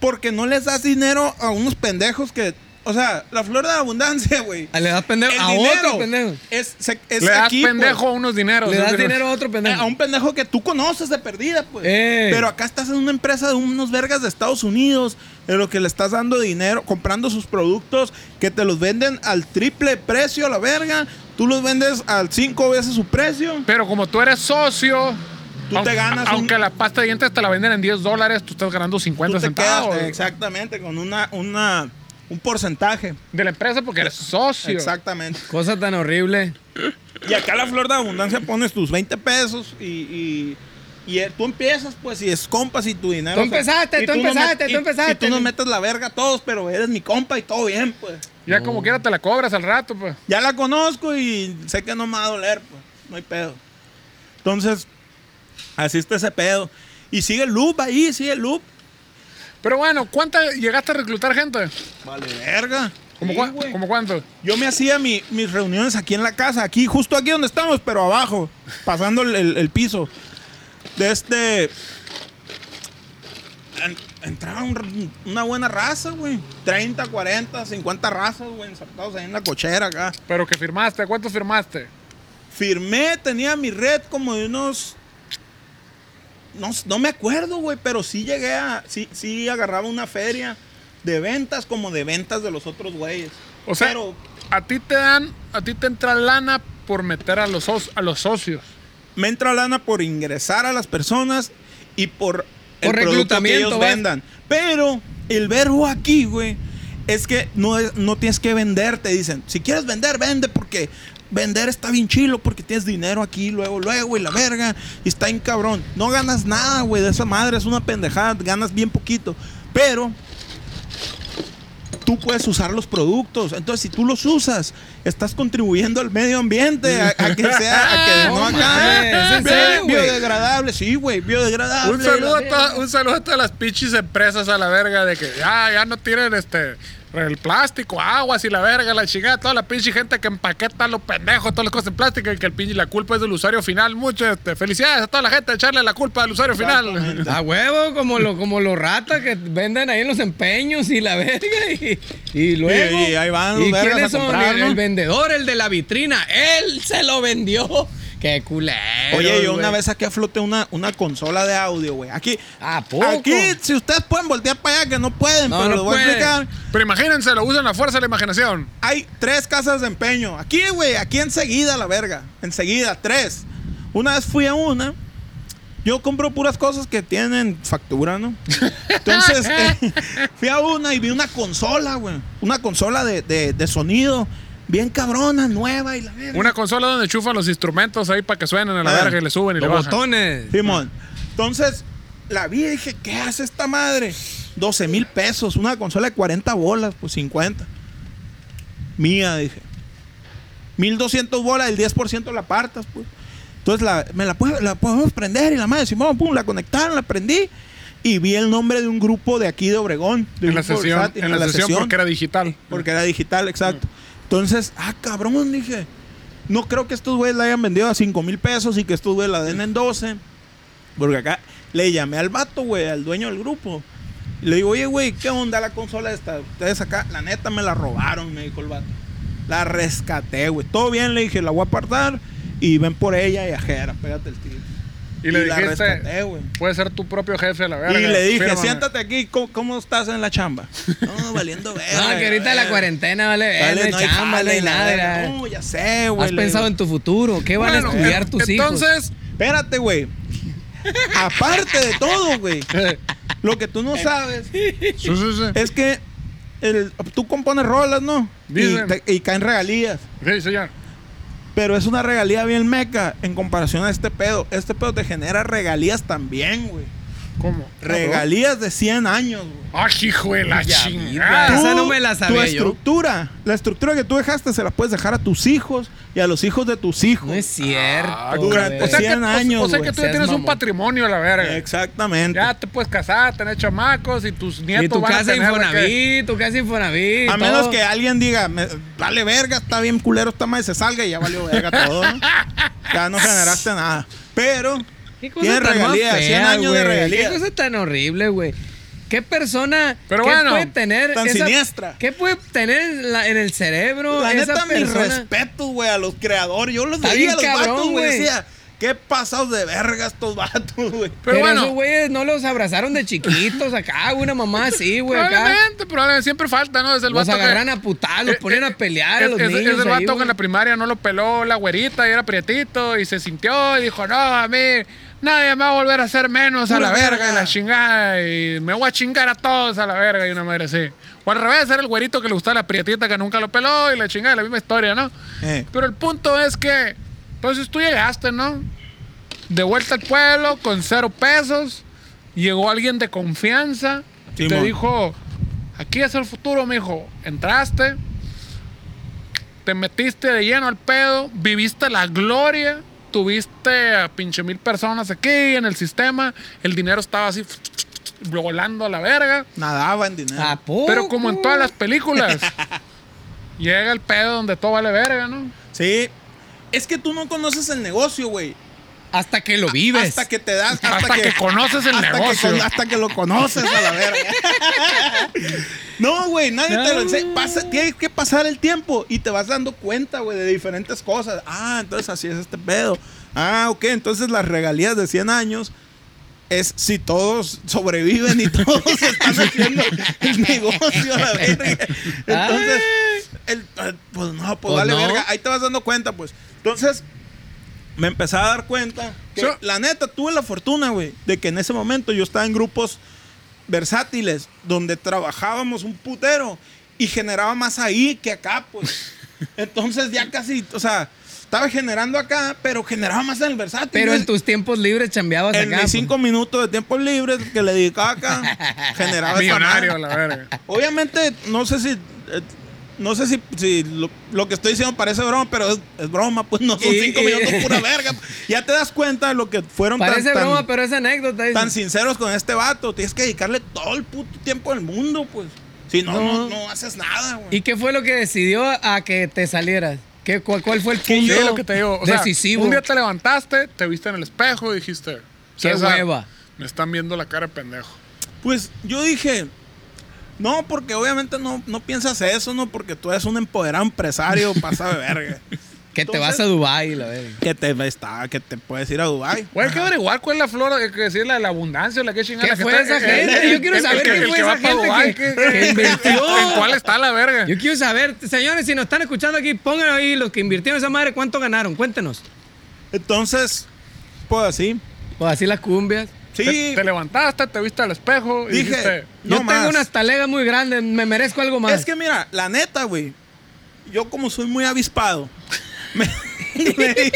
Speaker 2: Porque no les das dinero a unos pendejos que. O sea, la flor de la abundancia, güey.
Speaker 4: Ah, Le das pendejo
Speaker 2: El
Speaker 4: a
Speaker 2: dinero
Speaker 4: otro pendejo.
Speaker 2: es, se- es
Speaker 3: Le das
Speaker 2: aquí, pues.
Speaker 3: pendejo a unos dineros.
Speaker 4: Le
Speaker 3: ¿no?
Speaker 4: das dinero a otro
Speaker 2: Eh,
Speaker 4: pendejo.
Speaker 2: A un pendejo que tú conoces de perdida, pues.
Speaker 4: Ey.
Speaker 2: Pero acá estás en una empresa de unos vergas de Estados Unidos, en lo que le estás dando dinero, comprando sus productos, que te los venden al triple precio a la verga. Tú los vendes al cinco veces su precio.
Speaker 3: Pero como tú eres socio,
Speaker 2: Tú
Speaker 3: aunque,
Speaker 2: te ganas un-
Speaker 3: aunque la pasta de dientes te la venden en 10 dólares, tú estás ganando 50
Speaker 2: Tú te quedas
Speaker 3: centavos
Speaker 2: eh, exactamente con una, una, un porcentaje.
Speaker 3: de la empresa porque eres socio.
Speaker 2: Exactamente.
Speaker 4: Cosa tan horrible.
Speaker 2: Y acá la flor de abundancia pones tus 20 pesos y, y, y, eh, tú empiezas, pues, y es compas y tu dinero.
Speaker 4: Tú
Speaker 2: o sea,
Speaker 4: empezaste,
Speaker 2: y
Speaker 4: tú
Speaker 2: no met-
Speaker 4: empezaste, tú
Speaker 2: y-
Speaker 4: empezaste.
Speaker 2: Y tú nos metes la verga a todos, pero eres mi compa y todo bien, pues.
Speaker 3: Ya como quiera te la cobras al rato, pues.
Speaker 2: Ya la conozco y sé que no me va a doler, pues. No hay pedo. Entonces, así está ese pedo. Y sigue el loop ahí, sigue el loop.
Speaker 3: Pero bueno, ¿cuánta llegaste a reclutar gente?
Speaker 2: Vale, verga.
Speaker 3: ¿Como
Speaker 2: Sí,
Speaker 3: cua-
Speaker 2: güey.
Speaker 3: como cuánto?
Speaker 2: Yo me hacía mi- mis reuniones aquí en la casa, aquí, justo aquí donde estamos, pero abajo, pasando el, el- el piso. De este. en- entraba un- una buena raza, güey. 30, 40, 50 razas, güey, ensartados ahí en la cochera acá.
Speaker 3: Pero que firmaste, ¿cuántos firmaste?
Speaker 2: Firmé, tenía mi red como de unos. No, s- no me acuerdo, güey, pero sí llegué a. Sí, sí agarraba una feria de ventas como de ventas de los otros güeyes.
Speaker 3: O sea,
Speaker 2: Pero
Speaker 3: a ti te dan, a ti te entra lana por meter a los, so- a los socios.
Speaker 2: me entra lana por ingresar a las personas y por
Speaker 4: Por
Speaker 2: producto
Speaker 4: reclutamiento,
Speaker 2: que ellos
Speaker 4: ¿vas?
Speaker 2: vendan. Pero el verbo aquí, güey, es que no, es- no tienes que vender, te dicen. Si quieres vender, vende porque vender está bien chilo porque tienes dinero aquí, luego, luego y la verga. Y está en cabrón. No ganas nada, güey, de esa madre. Es una pendejada, ganas bien poquito. Pero tú puedes usar los productos. Entonces, si tú los usas, estás contribuyendo al medio ambiente, a, a que sea, a que
Speaker 4: No
Speaker 2: no
Speaker 4: mames, ¿es
Speaker 2: acá.
Speaker 4: en serio, güey?
Speaker 2: biodegradable, sí, güey, biodegradable.
Speaker 3: Un saludo, a todas- un saludo a todas las pinches empresas a la verga de que ya, ya no tienen este el plástico, aguas y la verga, la chingada, toda la pinche gente que empaqueta los pendejos, todas las cosas en plástico y que el pinche la culpa es del usuario final. Muchas este, felicidades a toda la gente de echarle la culpa al usuario final.
Speaker 2: Exactamente.
Speaker 4: A huevo, como los como los ratas que venden ahí en los empeños y la verga. Y, y luego.
Speaker 2: Y- y ahí van los
Speaker 4: ¿Y
Speaker 2: vergas
Speaker 4: quiénes
Speaker 2: a
Speaker 4: son?
Speaker 2: comprar,
Speaker 4: el,
Speaker 2: ¿no?
Speaker 4: el vendedor, el de la vitrina. Él se lo vendió. Qué culero.
Speaker 2: Oye, yo una
Speaker 4: güey.
Speaker 2: vez saqué a flote una, una consola de audio, güey. Aquí,
Speaker 4: ¿A poco?
Speaker 2: aquí, si ustedes pueden voltear para allá, que no pueden,
Speaker 4: No,
Speaker 2: pero
Speaker 4: no
Speaker 2: les voy a
Speaker 4: pueden.
Speaker 2: explicar.
Speaker 3: Pero imagínense, lo usan la fuerza de la imaginación.
Speaker 2: Hay tres casas de empeño. Aquí, güey, aquí enseguida, la verga. Enseguida, tres. Una vez fui a una Yo compro puras cosas que tienen factura, ¿no? Entonces, eh, fui a una y vi una consola, güey. Una consola de, de- de sonido. Bien cabrona, nueva y la verga.
Speaker 3: Una consola donde enchufan los instrumentos ahí para que suenen a la
Speaker 2: Ah,
Speaker 3: verga y le suben y le
Speaker 5: Los
Speaker 3: bajan.
Speaker 5: botones.
Speaker 2: Simón. Entonces, la vi y dije, ¿qué hace esta madre? 12 mil pesos, una consola de 40 bolas, pues 50. Mía, dije. 1200 bolas, el 10% la apartas, pues. Entonces, la, me la, puedo- la podemos prender y la madre, Simón, pum, la conectaron, la prendí. Y vi el nombre de un grupo de aquí de Obregón. de
Speaker 3: En la
Speaker 2: Grupo
Speaker 3: sesión,
Speaker 2: Versátil,
Speaker 3: en la sesión porque era digital.
Speaker 2: porque era digital, exacto. Entonces, ah, cabrón, dije. No creo que estos güeyes la hayan vendido a 5 mil pesos y que estos güeyes la den en 12. Porque acá le llamé al vato, güey, al dueño del grupo. Y le digo, oye, güey, ¿qué onda la consola esta? Ustedes acá, la neta me la robaron, me dijo el vato. La rescaté, güey. Todo bien, le dije, la voy a apartar y ven por ella y ajera, pégate el tiro.
Speaker 3: Y le
Speaker 2: la rescaté,
Speaker 3: dijiste,
Speaker 2: güey.
Speaker 3: puedes ser tu propio jefe a la verga.
Speaker 2: Y le dije,
Speaker 3: fírmame".
Speaker 2: siéntate aquí, ¿cómo, cómo estás en la chamba? Ah, No, valiendo verga.
Speaker 4: No, que ahorita la
Speaker 2: verga.
Speaker 4: cuarentena vale,
Speaker 2: Dale,
Speaker 4: verga,
Speaker 2: eh, no hay
Speaker 4: chamba,
Speaker 2: jale
Speaker 4: no hay
Speaker 2: y la
Speaker 4: nada.
Speaker 2: verga.
Speaker 4: era.
Speaker 2: No, ya sé, güey.
Speaker 4: ¿Has
Speaker 2: le
Speaker 4: pensado
Speaker 2: digo.
Speaker 4: en tu futuro? ¿Qué van
Speaker 3: Bueno,
Speaker 4: a estudiar
Speaker 3: en-
Speaker 4: tus hijos?
Speaker 3: Entonces,
Speaker 2: Espérate, güey. Aparte de todo, güey. Lo que tú no
Speaker 4: Eh.
Speaker 2: sabes
Speaker 3: sí, sí, sí.
Speaker 2: es que el- tú compones rolas, ¿no? Y,
Speaker 3: Dicen.
Speaker 2: te- y caen regalías.
Speaker 3: Sí, señor.
Speaker 2: Pero es una regalía bien meca en comparación a este pedo. Este pedo te genera regalías también, güey.
Speaker 3: ¿Cómo?
Speaker 2: Regalías de 100 años, güey.
Speaker 3: Ah, hijo de la
Speaker 4: Ya,
Speaker 3: chingada.
Speaker 4: Ah, Esa no me la
Speaker 2: Tu
Speaker 4: sabía yo.
Speaker 2: estructura, la estructura que tú dejaste se la puedes dejar a tus hijos y a los hijos de tus hijos.
Speaker 4: No es cierto.
Speaker 2: durante-
Speaker 4: güey.
Speaker 3: o sea que,
Speaker 2: 100 años,
Speaker 3: o sea que
Speaker 2: güey.
Speaker 3: tú ya
Speaker 4: Seas
Speaker 3: tienes un
Speaker 4: mamón.
Speaker 3: patrimonio a la verga.
Speaker 2: Exactamente.
Speaker 3: Ya te puedes casar, tener chamacos y tus nietos
Speaker 4: Y tu
Speaker 3: van a
Speaker 4: casa
Speaker 3: tener de que-
Speaker 4: Infonavit, tu casa Infonavit.
Speaker 2: A menos
Speaker 4: todo.
Speaker 2: que alguien diga, "Me- vale verga, está bien culero esta madre, se salga y ya valió verga todo, ¿no? Ya no generaste nada. Pero,
Speaker 4: ¿Qué cosa
Speaker 2: tiene
Speaker 4: tan más
Speaker 2: regalías,
Speaker 4: fea,
Speaker 2: 100 años de
Speaker 4: güey?
Speaker 2: regalías.
Speaker 4: ¿Qué cosa tan horrible, güey? ¿Qué persona
Speaker 3: Pero
Speaker 4: qué
Speaker 3: bueno,
Speaker 4: puede tener
Speaker 2: tan
Speaker 4: esa-
Speaker 2: siniestra.
Speaker 4: ¿Qué puede tener en, la- en el cerebro
Speaker 2: La
Speaker 4: esa
Speaker 2: neta, mis
Speaker 4: persona?
Speaker 2: respetos, güey, a los creadores. Yo los
Speaker 4: Está
Speaker 2: veía
Speaker 4: bien
Speaker 2: a los
Speaker 4: cabrón,
Speaker 2: vatos, güey.
Speaker 4: güey.
Speaker 2: Decía, qué pasados de verga estos vatos, güey.
Speaker 3: Pero,
Speaker 4: Pero,
Speaker 3: bueno,
Speaker 4: esos güeyes no los abrazaron de chiquitos acá, güey, una mamá así, güey, acá.
Speaker 3: probablemente, probablemente siempre falta, ¿no? Desde el
Speaker 4: Los
Speaker 3: vato que-
Speaker 4: agarran a putar, los
Speaker 3: Eh,
Speaker 4: ponían
Speaker 3: eh,
Speaker 4: a pelear a
Speaker 3: es-
Speaker 4: los
Speaker 3: es-
Speaker 4: niños.
Speaker 3: Es el
Speaker 4: ahí,
Speaker 3: vato que
Speaker 4: güey.
Speaker 3: en la primaria no lo peló la güerita y era prietito y se sintió y dijo, no, a mí nadie me va a volver a hacer menos a
Speaker 2: Pura
Speaker 3: la verga y
Speaker 2: verga.
Speaker 3: la chingada y me voy a chingar a todos a la verga y una madre así. O al revés, era el güerito que le gustaba la prietita que nunca lo peló y la chingada, la misma historia, ¿no?
Speaker 2: Eh.
Speaker 3: Pero el punto es que, entonces tú llegaste, ¿no? De vuelta al pueblo con cero pesos, llegó alguien de confianza y te
Speaker 2: Simón.
Speaker 3: dijo, aquí es el futuro, mijo. Entraste, te metiste de lleno al pedo, viviste la gloria, tuviste a pinche mil personas aquí en el sistema, el dinero estaba así volando a la verga.
Speaker 2: Nadaba en dinero.
Speaker 4: ¿A poco?
Speaker 3: Pero como en todas las películas, llega el pedo donde todo vale verga, ¿no?
Speaker 2: Sí. Es que tú no conoces el negocio, güey.
Speaker 4: Hasta que lo vives.
Speaker 2: Hasta que te das. Hasta,
Speaker 3: Hasta que conoces el
Speaker 2: hasta que
Speaker 3: negocio.
Speaker 2: con- hasta que lo conoces, a la verga. no, güey, nadie te lo enseña. Pasa- tienes que pasar el tiempo y te vas dando cuenta, güey, de diferentes cosas. Ah, entonces así es este pedo. Ah, ok, entonces las regalías de 100 años es si todos sobreviven y todos están haciendo el negocio a la verga. Entonces, el- ah, pues no, pues,
Speaker 4: Pues
Speaker 2: vale
Speaker 4: no.
Speaker 2: verga. Ahí te vas dando cuenta, pues. Entonces, me empecé a dar cuenta que,
Speaker 3: Yo-
Speaker 2: la neta, tuve la fortuna, güey, de que en ese momento yo estaba en grupos versátiles donde trabajábamos un putero y generaba más ahí que acá, pues. Entonces ya casi, o sea, estaba generando acá, pero generaba más en el versátil.
Speaker 4: Pero
Speaker 2: ¿no?
Speaker 4: en tus tiempos libres chambeabas
Speaker 2: En
Speaker 4: acá.
Speaker 2: mis
Speaker 4: pues.
Speaker 2: cinco minutos de tiempos libres que le dedicaba acá, generaba esa
Speaker 3: Millonario,
Speaker 2: madre.
Speaker 3: la verga.
Speaker 2: Obviamente, no sé si. eh, no sé si, si lo, lo que estoy diciendo parece broma, pero es, es broma, pues no son
Speaker 4: Y-
Speaker 2: cinco
Speaker 4: y-
Speaker 2: minutos pura verga. Ya te das cuenta de lo que fueron tan-
Speaker 4: Parece
Speaker 2: tan,
Speaker 4: broma, pero es anécdota. dice.
Speaker 2: tan sinceros con este vato. Tienes que dedicarle todo el puto tiempo del mundo, pues. Si no, no,
Speaker 4: No.
Speaker 2: no haces nada, güey.
Speaker 4: ¿Y qué fue lo que decidió a que te salieras? ¿Qué, cuál, cuál fue el
Speaker 3: Sí,
Speaker 4: punto
Speaker 3: es lo que te digo. O sea,
Speaker 4: decisivo?
Speaker 3: un día te levantaste, te viste en el espejo y dijiste...
Speaker 4: Qué
Speaker 3: "César,
Speaker 4: hueva".
Speaker 3: Me están viendo la cara de pendejo.
Speaker 2: Pues yo dije, no, porque obviamente no, no piensas eso, ¿no? Porque tú eres un empoderado empresario pasado de verga.
Speaker 4: que te vas
Speaker 2: Entonces-
Speaker 4: a Dubái, la verga.
Speaker 2: que te está, que te puedes ir a Dubai.
Speaker 3: Güey, hay que averiguar cuál es la flor, hay que decir la de la abundancia, la que chingada.
Speaker 4: ¿Qué
Speaker 3: la que
Speaker 4: fue esa
Speaker 3: eh,
Speaker 4: gente?
Speaker 3: eh,
Speaker 4: Yo quiero
Speaker 3: el-
Speaker 4: saber
Speaker 3: el
Speaker 4: qué
Speaker 3: que- el
Speaker 4: fue
Speaker 3: que
Speaker 4: esa
Speaker 3: va pa'
Speaker 4: gente que-
Speaker 3: Dubái, ¿qué-
Speaker 4: que
Speaker 3: qué-
Speaker 4: invirtió?
Speaker 3: ¿En cuál está la verga?
Speaker 4: Yo quiero saber, señores, si nos están escuchando aquí, pongan ahí los que invirtieron esa madre, ¿cuánto ganaron? Cuéntenos.
Speaker 2: Entonces, pues así.
Speaker 4: Pues así las cumbias.
Speaker 3: Te,
Speaker 2: Sí,
Speaker 3: te levantaste, te viste al espejo y
Speaker 2: Dije,
Speaker 3: dijiste,
Speaker 2: No
Speaker 4: Yo
Speaker 2: más.
Speaker 4: tengo unas talegas muy grandes, me merezco algo más.
Speaker 2: es que mira, la neta, güey. Yo como soy muy avispado. me- me-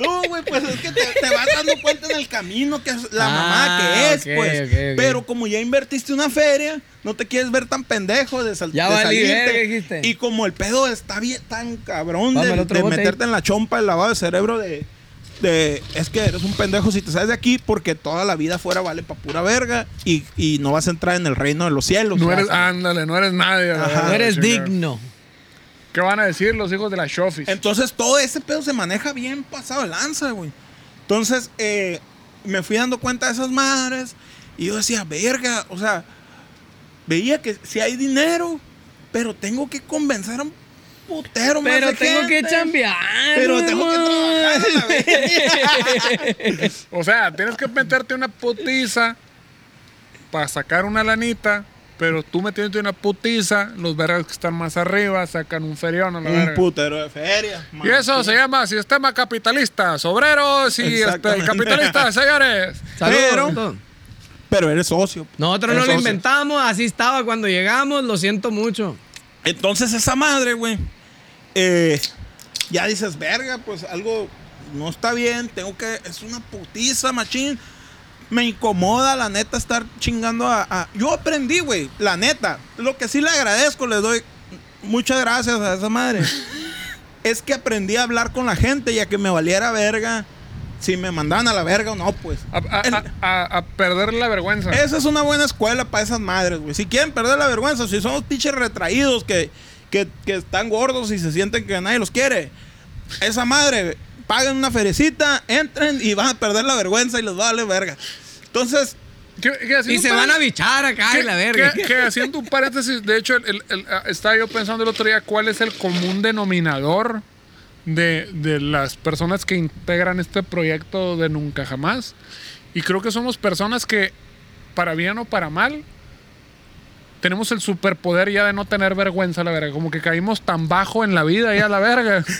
Speaker 2: no, güey, pues es que te, te vas dando cuenta en el camino que es la mamá que
Speaker 4: Ah,
Speaker 2: es,
Speaker 4: ok, ok,
Speaker 2: pues.
Speaker 4: ok.
Speaker 2: Pero como ya invertiste una feria, no te quieres ver tan pendejo de, sal-
Speaker 4: Ya
Speaker 2: de
Speaker 4: valí
Speaker 2: salirte.
Speaker 4: verga, dijiste.
Speaker 2: Y como el pedo está bien tan cabrón de,
Speaker 4: Pásame el otro
Speaker 2: de
Speaker 4: bote ahí.
Speaker 2: meterte en la chompa el lavado de cerebro de, de, es que eres un pendejo si te sales de aquí porque toda la vida fuera vale para pura verga y, y no vas a entrar en el reino de los cielos.
Speaker 3: no eres, ah,
Speaker 2: O sea,
Speaker 3: ándale, no eres nadie. la
Speaker 2: "Pues, Ajá.
Speaker 3: verdad,
Speaker 4: no eres
Speaker 3: chingada.
Speaker 4: digno.
Speaker 3: ¿Qué van a decir los hijos de la Shofis?
Speaker 2: Entonces todo ese pedo se maneja bien pasado de lanza, güey. Entonces eh, me fui dando cuenta de esas madres y yo decía, verga, o sea, veía que si hay dinero, pero tengo que convencer a un putero más
Speaker 4: Pero
Speaker 2: de
Speaker 4: tengo que
Speaker 2: gente.
Speaker 4: chambear.
Speaker 2: Pero tengo que trabajar a la vez.
Speaker 3: O sea, tienes que meterte una putiza para sacar una lanita, pero tú metiéndote una putiza, los vergas que están más arriba sacan un ferión a la
Speaker 2: Un
Speaker 3: verga.
Speaker 2: putero de feria.
Speaker 3: Y eso se llama sistema capitalista, obreros y este,
Speaker 2: Exactamente.
Speaker 3: capitalistas, señores.
Speaker 2: Pero-
Speaker 4: Pero,
Speaker 2: Pero eres socio.
Speaker 4: Nosotros
Speaker 3: Pero
Speaker 4: no lo
Speaker 3: socio.
Speaker 4: inventamos, así estaba cuando llegamos, lo siento mucho.
Speaker 2: Entonces esa madre, güey, eh, ya dices, verga, pues algo no está bien, tengo que, es una putiza, machín. Me incomoda, la neta, estar chingando a... a- Yo aprendí, güey, la neta. Lo que sí le agradezco, le doy muchas gracias a esa madre. es que aprendí a hablar con la gente ya que me valiera verga. Si me mandaban a la verga o no, pues.
Speaker 3: A, a-
Speaker 2: El-
Speaker 3: a- a- a perder la vergüenza.
Speaker 2: esa es una buena escuela para esas madres, güey. Si quieren perder la vergüenza, si son los pinches retraídos que, que, que están gordos y se sienten que nadie los quiere, esa madre, paguen una ferecita, entren y van a perder la vergüenza y les vale verga. Entonces,
Speaker 3: ¿Qué- qué haciendo
Speaker 4: Y se
Speaker 3: un
Speaker 4: van a
Speaker 3: par-
Speaker 4: bichar acá, y
Speaker 3: que-
Speaker 4: la verga.
Speaker 3: que- que haciendo un paréntesis, de hecho, el- el- el- ah, estaba yo pensando el otro día cuál es el común denominador de, de las personas que integran este proyecto de Nunca Jamás. Y creo que somos personas que, para bien o para mal, tenemos el superpoder ya de no tener vergüenza, la verga. Como que caímos tan bajo en la vida ya, la verga.
Speaker 2: Es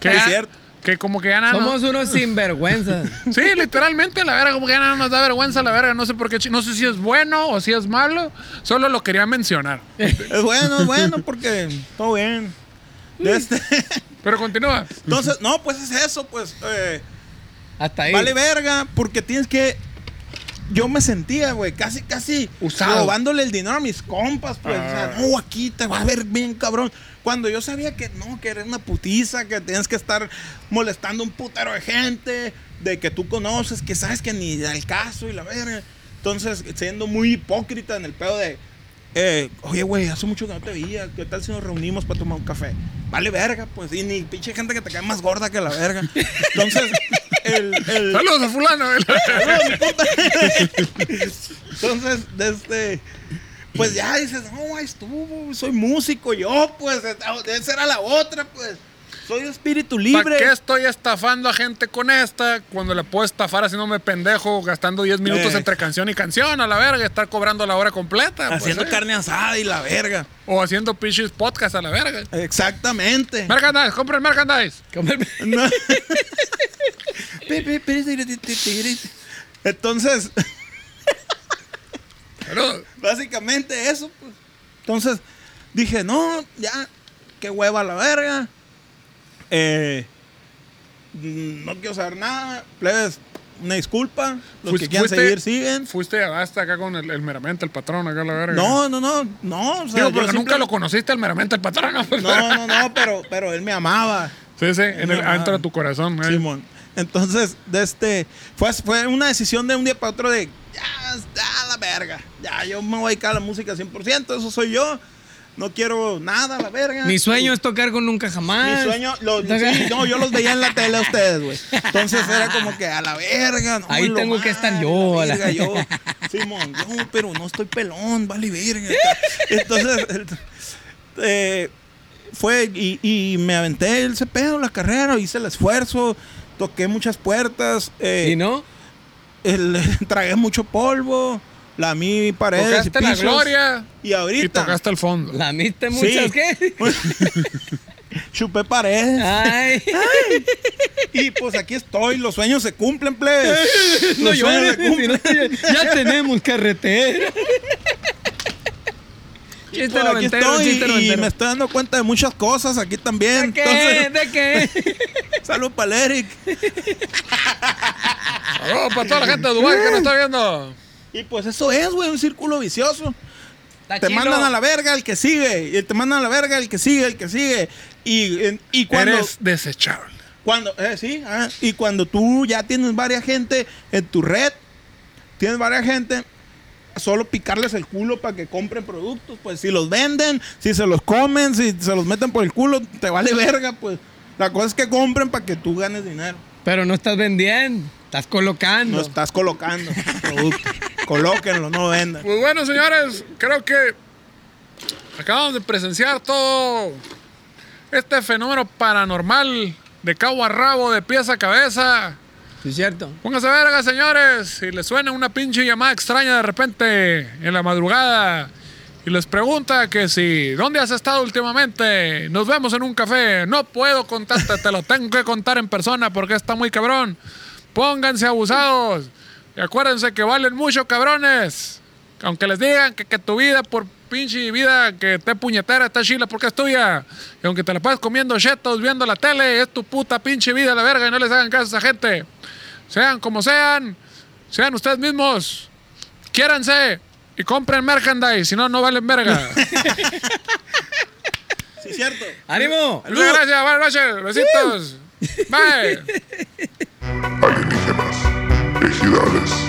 Speaker 3: ya-
Speaker 2: cierto.
Speaker 3: Que como que ya
Speaker 2: Ah,
Speaker 3: nada nos-
Speaker 4: Somos unos sinvergüenzas.
Speaker 3: Sí, literalmente, la verga, como que ya nada nos da vergüenza, la verga. No sé por qué, chi- no sé si es bueno o si es malo. Solo lo quería mencionar.
Speaker 2: es bueno, es bueno porque todo bien. De este-
Speaker 3: Pero continúa.
Speaker 2: Entonces, no, pues es eso, pues. eh,
Speaker 4: Hasta ahí.
Speaker 2: Vale verga, porque tienes que. Yo me sentía, güey, casi, casi
Speaker 3: Usado.
Speaker 2: robándole el dinero a mis compas, pues. O
Speaker 3: Ah.
Speaker 2: sea, no, aquí te va a ver bien, cabrón. Cuando yo sabía que no, que eres una putiza, que tienes que estar molestando un putero de gente, de que tú conoces, que sabes que ni al caso y la verga. Entonces, siendo muy hipócrita en el pedo de. eh, Oye, güey, hace mucho que no te veía. ¿Qué tal si nos reunimos para tomar un café? Vale, verga, pues. Y ni pinche gente que te cae más gorda que la verga. Entonces, el. el
Speaker 3: Saludos a fulano.
Speaker 2: Saludos, mi compa. Entonces, desde. Pues ya dices, no, ahí estuvo, soy músico, yo, pues, esa era la otra, pues. Soy espíritu
Speaker 3: ¿Para
Speaker 2: libre.
Speaker 3: qué estoy estafando a gente con esta cuando la puedo estafar haciéndome pendejo, gastando 10 minutos
Speaker 2: Eh.
Speaker 3: entre canción y canción a la verga, estar cobrando la hora completa? pues,
Speaker 2: Haciendo
Speaker 3: eh.
Speaker 2: carne asada y la verga.
Speaker 3: O haciendo pinches podcast a la verga.
Speaker 2: Exactamente.
Speaker 3: Merchandise, compren merchandise.
Speaker 2: No. Entonces,
Speaker 3: Saludos.
Speaker 2: Básicamente eso, pues. Entonces, dije, no, ya, qué hueva la verga. Eh, mm, no quiero saber nada. Plebes, una disculpa. Los
Speaker 3: Fuis-
Speaker 2: que quieran
Speaker 3: fuiste-
Speaker 2: seguir, siguen.
Speaker 3: Fuiste a basta acá con el, el meramente, el patrón, acá a la verga.
Speaker 2: No, no, no, no. o sea,
Speaker 3: Digo,
Speaker 2: yo
Speaker 3: porque nunca
Speaker 2: simple-
Speaker 3: lo conociste el meramente, el patrón. ¿no?
Speaker 2: No, no, no, pero, pero él me amaba.
Speaker 3: Sí, sí, en el
Speaker 2: Ajá.
Speaker 3: antro de tu corazón. eh.
Speaker 2: Simón. Entonces, de este, fue, fue una decisión de un día para otro de, ya, ya la verga, ya, yo me voy a dedicar a la música 100%, eso soy yo, no quiero nada, la verga.
Speaker 4: Mi sueño es tocar con nunca jamás.
Speaker 2: Mi sueño, lo-
Speaker 4: Toca-
Speaker 2: sí, no, yo los veía en la tele a ustedes, güey. Entonces era como que a la verga. no,
Speaker 4: Ahí
Speaker 2: lo
Speaker 4: tengo que estar yo,
Speaker 2: la
Speaker 4: la-
Speaker 2: verga, yo. Simón, yo, pero no estoy pelón, vale verga. Entonces, ent- eh, fue y, y me aventé ese pedo, la carrera, hice el esfuerzo, toqué muchas puertas, eh,
Speaker 4: ¿Y no?
Speaker 2: el- tragué mucho polvo, la mi paredes y
Speaker 3: Tocaste la
Speaker 2: pisos.
Speaker 3: gloria
Speaker 2: Y ahorita.
Speaker 3: y tocaste el fondo.
Speaker 4: ¿Lamiste muchas
Speaker 2: Sí.
Speaker 4: qué?
Speaker 2: Chupé paredes.
Speaker 4: Ay,
Speaker 2: Y pues aquí estoy. Los sueños se cumplen, plebes. Los
Speaker 4: no llores.
Speaker 2: sueños se cumplen.
Speaker 4: ya tenemos carretera.
Speaker 5: Chiste
Speaker 2: Pues, aquí
Speaker 5: noventero,
Speaker 2: estoy
Speaker 5: chiste
Speaker 2: y
Speaker 5: noventero.
Speaker 2: me estoy dando cuenta de muchas cosas aquí
Speaker 4: ¿De
Speaker 2: también.
Speaker 4: qué? ¿De
Speaker 2: Entonces,
Speaker 4: qué?
Speaker 2: salud para el Eric.
Speaker 3: Saludos Oh, para toda la gente de Dubái que nos está viendo.
Speaker 2: Y pues eso es, güey, un círculo vicioso.
Speaker 4: Está
Speaker 2: Te
Speaker 4: chilo.
Speaker 2: mandan a la verga el que sigue. Y te mandan a la verga el que sigue, el que sigue. Y, en- y cuando.
Speaker 3: Eres desechable.
Speaker 2: cuando eh, sí, ah, y cuando tú ya tienes varias gente en tu red, tienes varias gente, solo picarles el culo para que compren productos. Pues si los venden, si se los comen, si se los meten por el culo, te vale verga, pues. La cosa es que compren para que tú ganes dinero.
Speaker 4: Pero no estás vendiendo, estás colocando.
Speaker 2: No estás colocando productos. Colóquenlo, no vendan.
Speaker 3: Pues bueno, señores, creo que acabamos de presenciar todo este fenómeno paranormal de cabo a rabo, de pies a cabeza.
Speaker 4: Sí, es cierto.
Speaker 3: Pónganse verga, señores. Si les suena una pinche llamada extraña de repente en la madrugada y les pregunta que si, ¿dónde has estado últimamente? Nos vemos en un café. No puedo contarte, te lo tengo que contar en persona porque está muy cabrón. Pónganse abusados. Y acuérdense que valen mucho, cabrones. Aunque les digan que, que tu vida por pinche vida que te puñetera está chila porque es tuya. Y aunque te la pases comiendo chetos, viendo la tele, es tu puta pinche vida la verga y no les hagan caso a esa gente. Sean como sean, sean ustedes mismos. Quiéranse y compren merchandise, si no, no valen verga.
Speaker 2: Sí, cierto.
Speaker 4: ¡Ánimo!
Speaker 3: Muchas gracias, buenas noches, besitos. Bye.
Speaker 1: alienígenas, ejidales,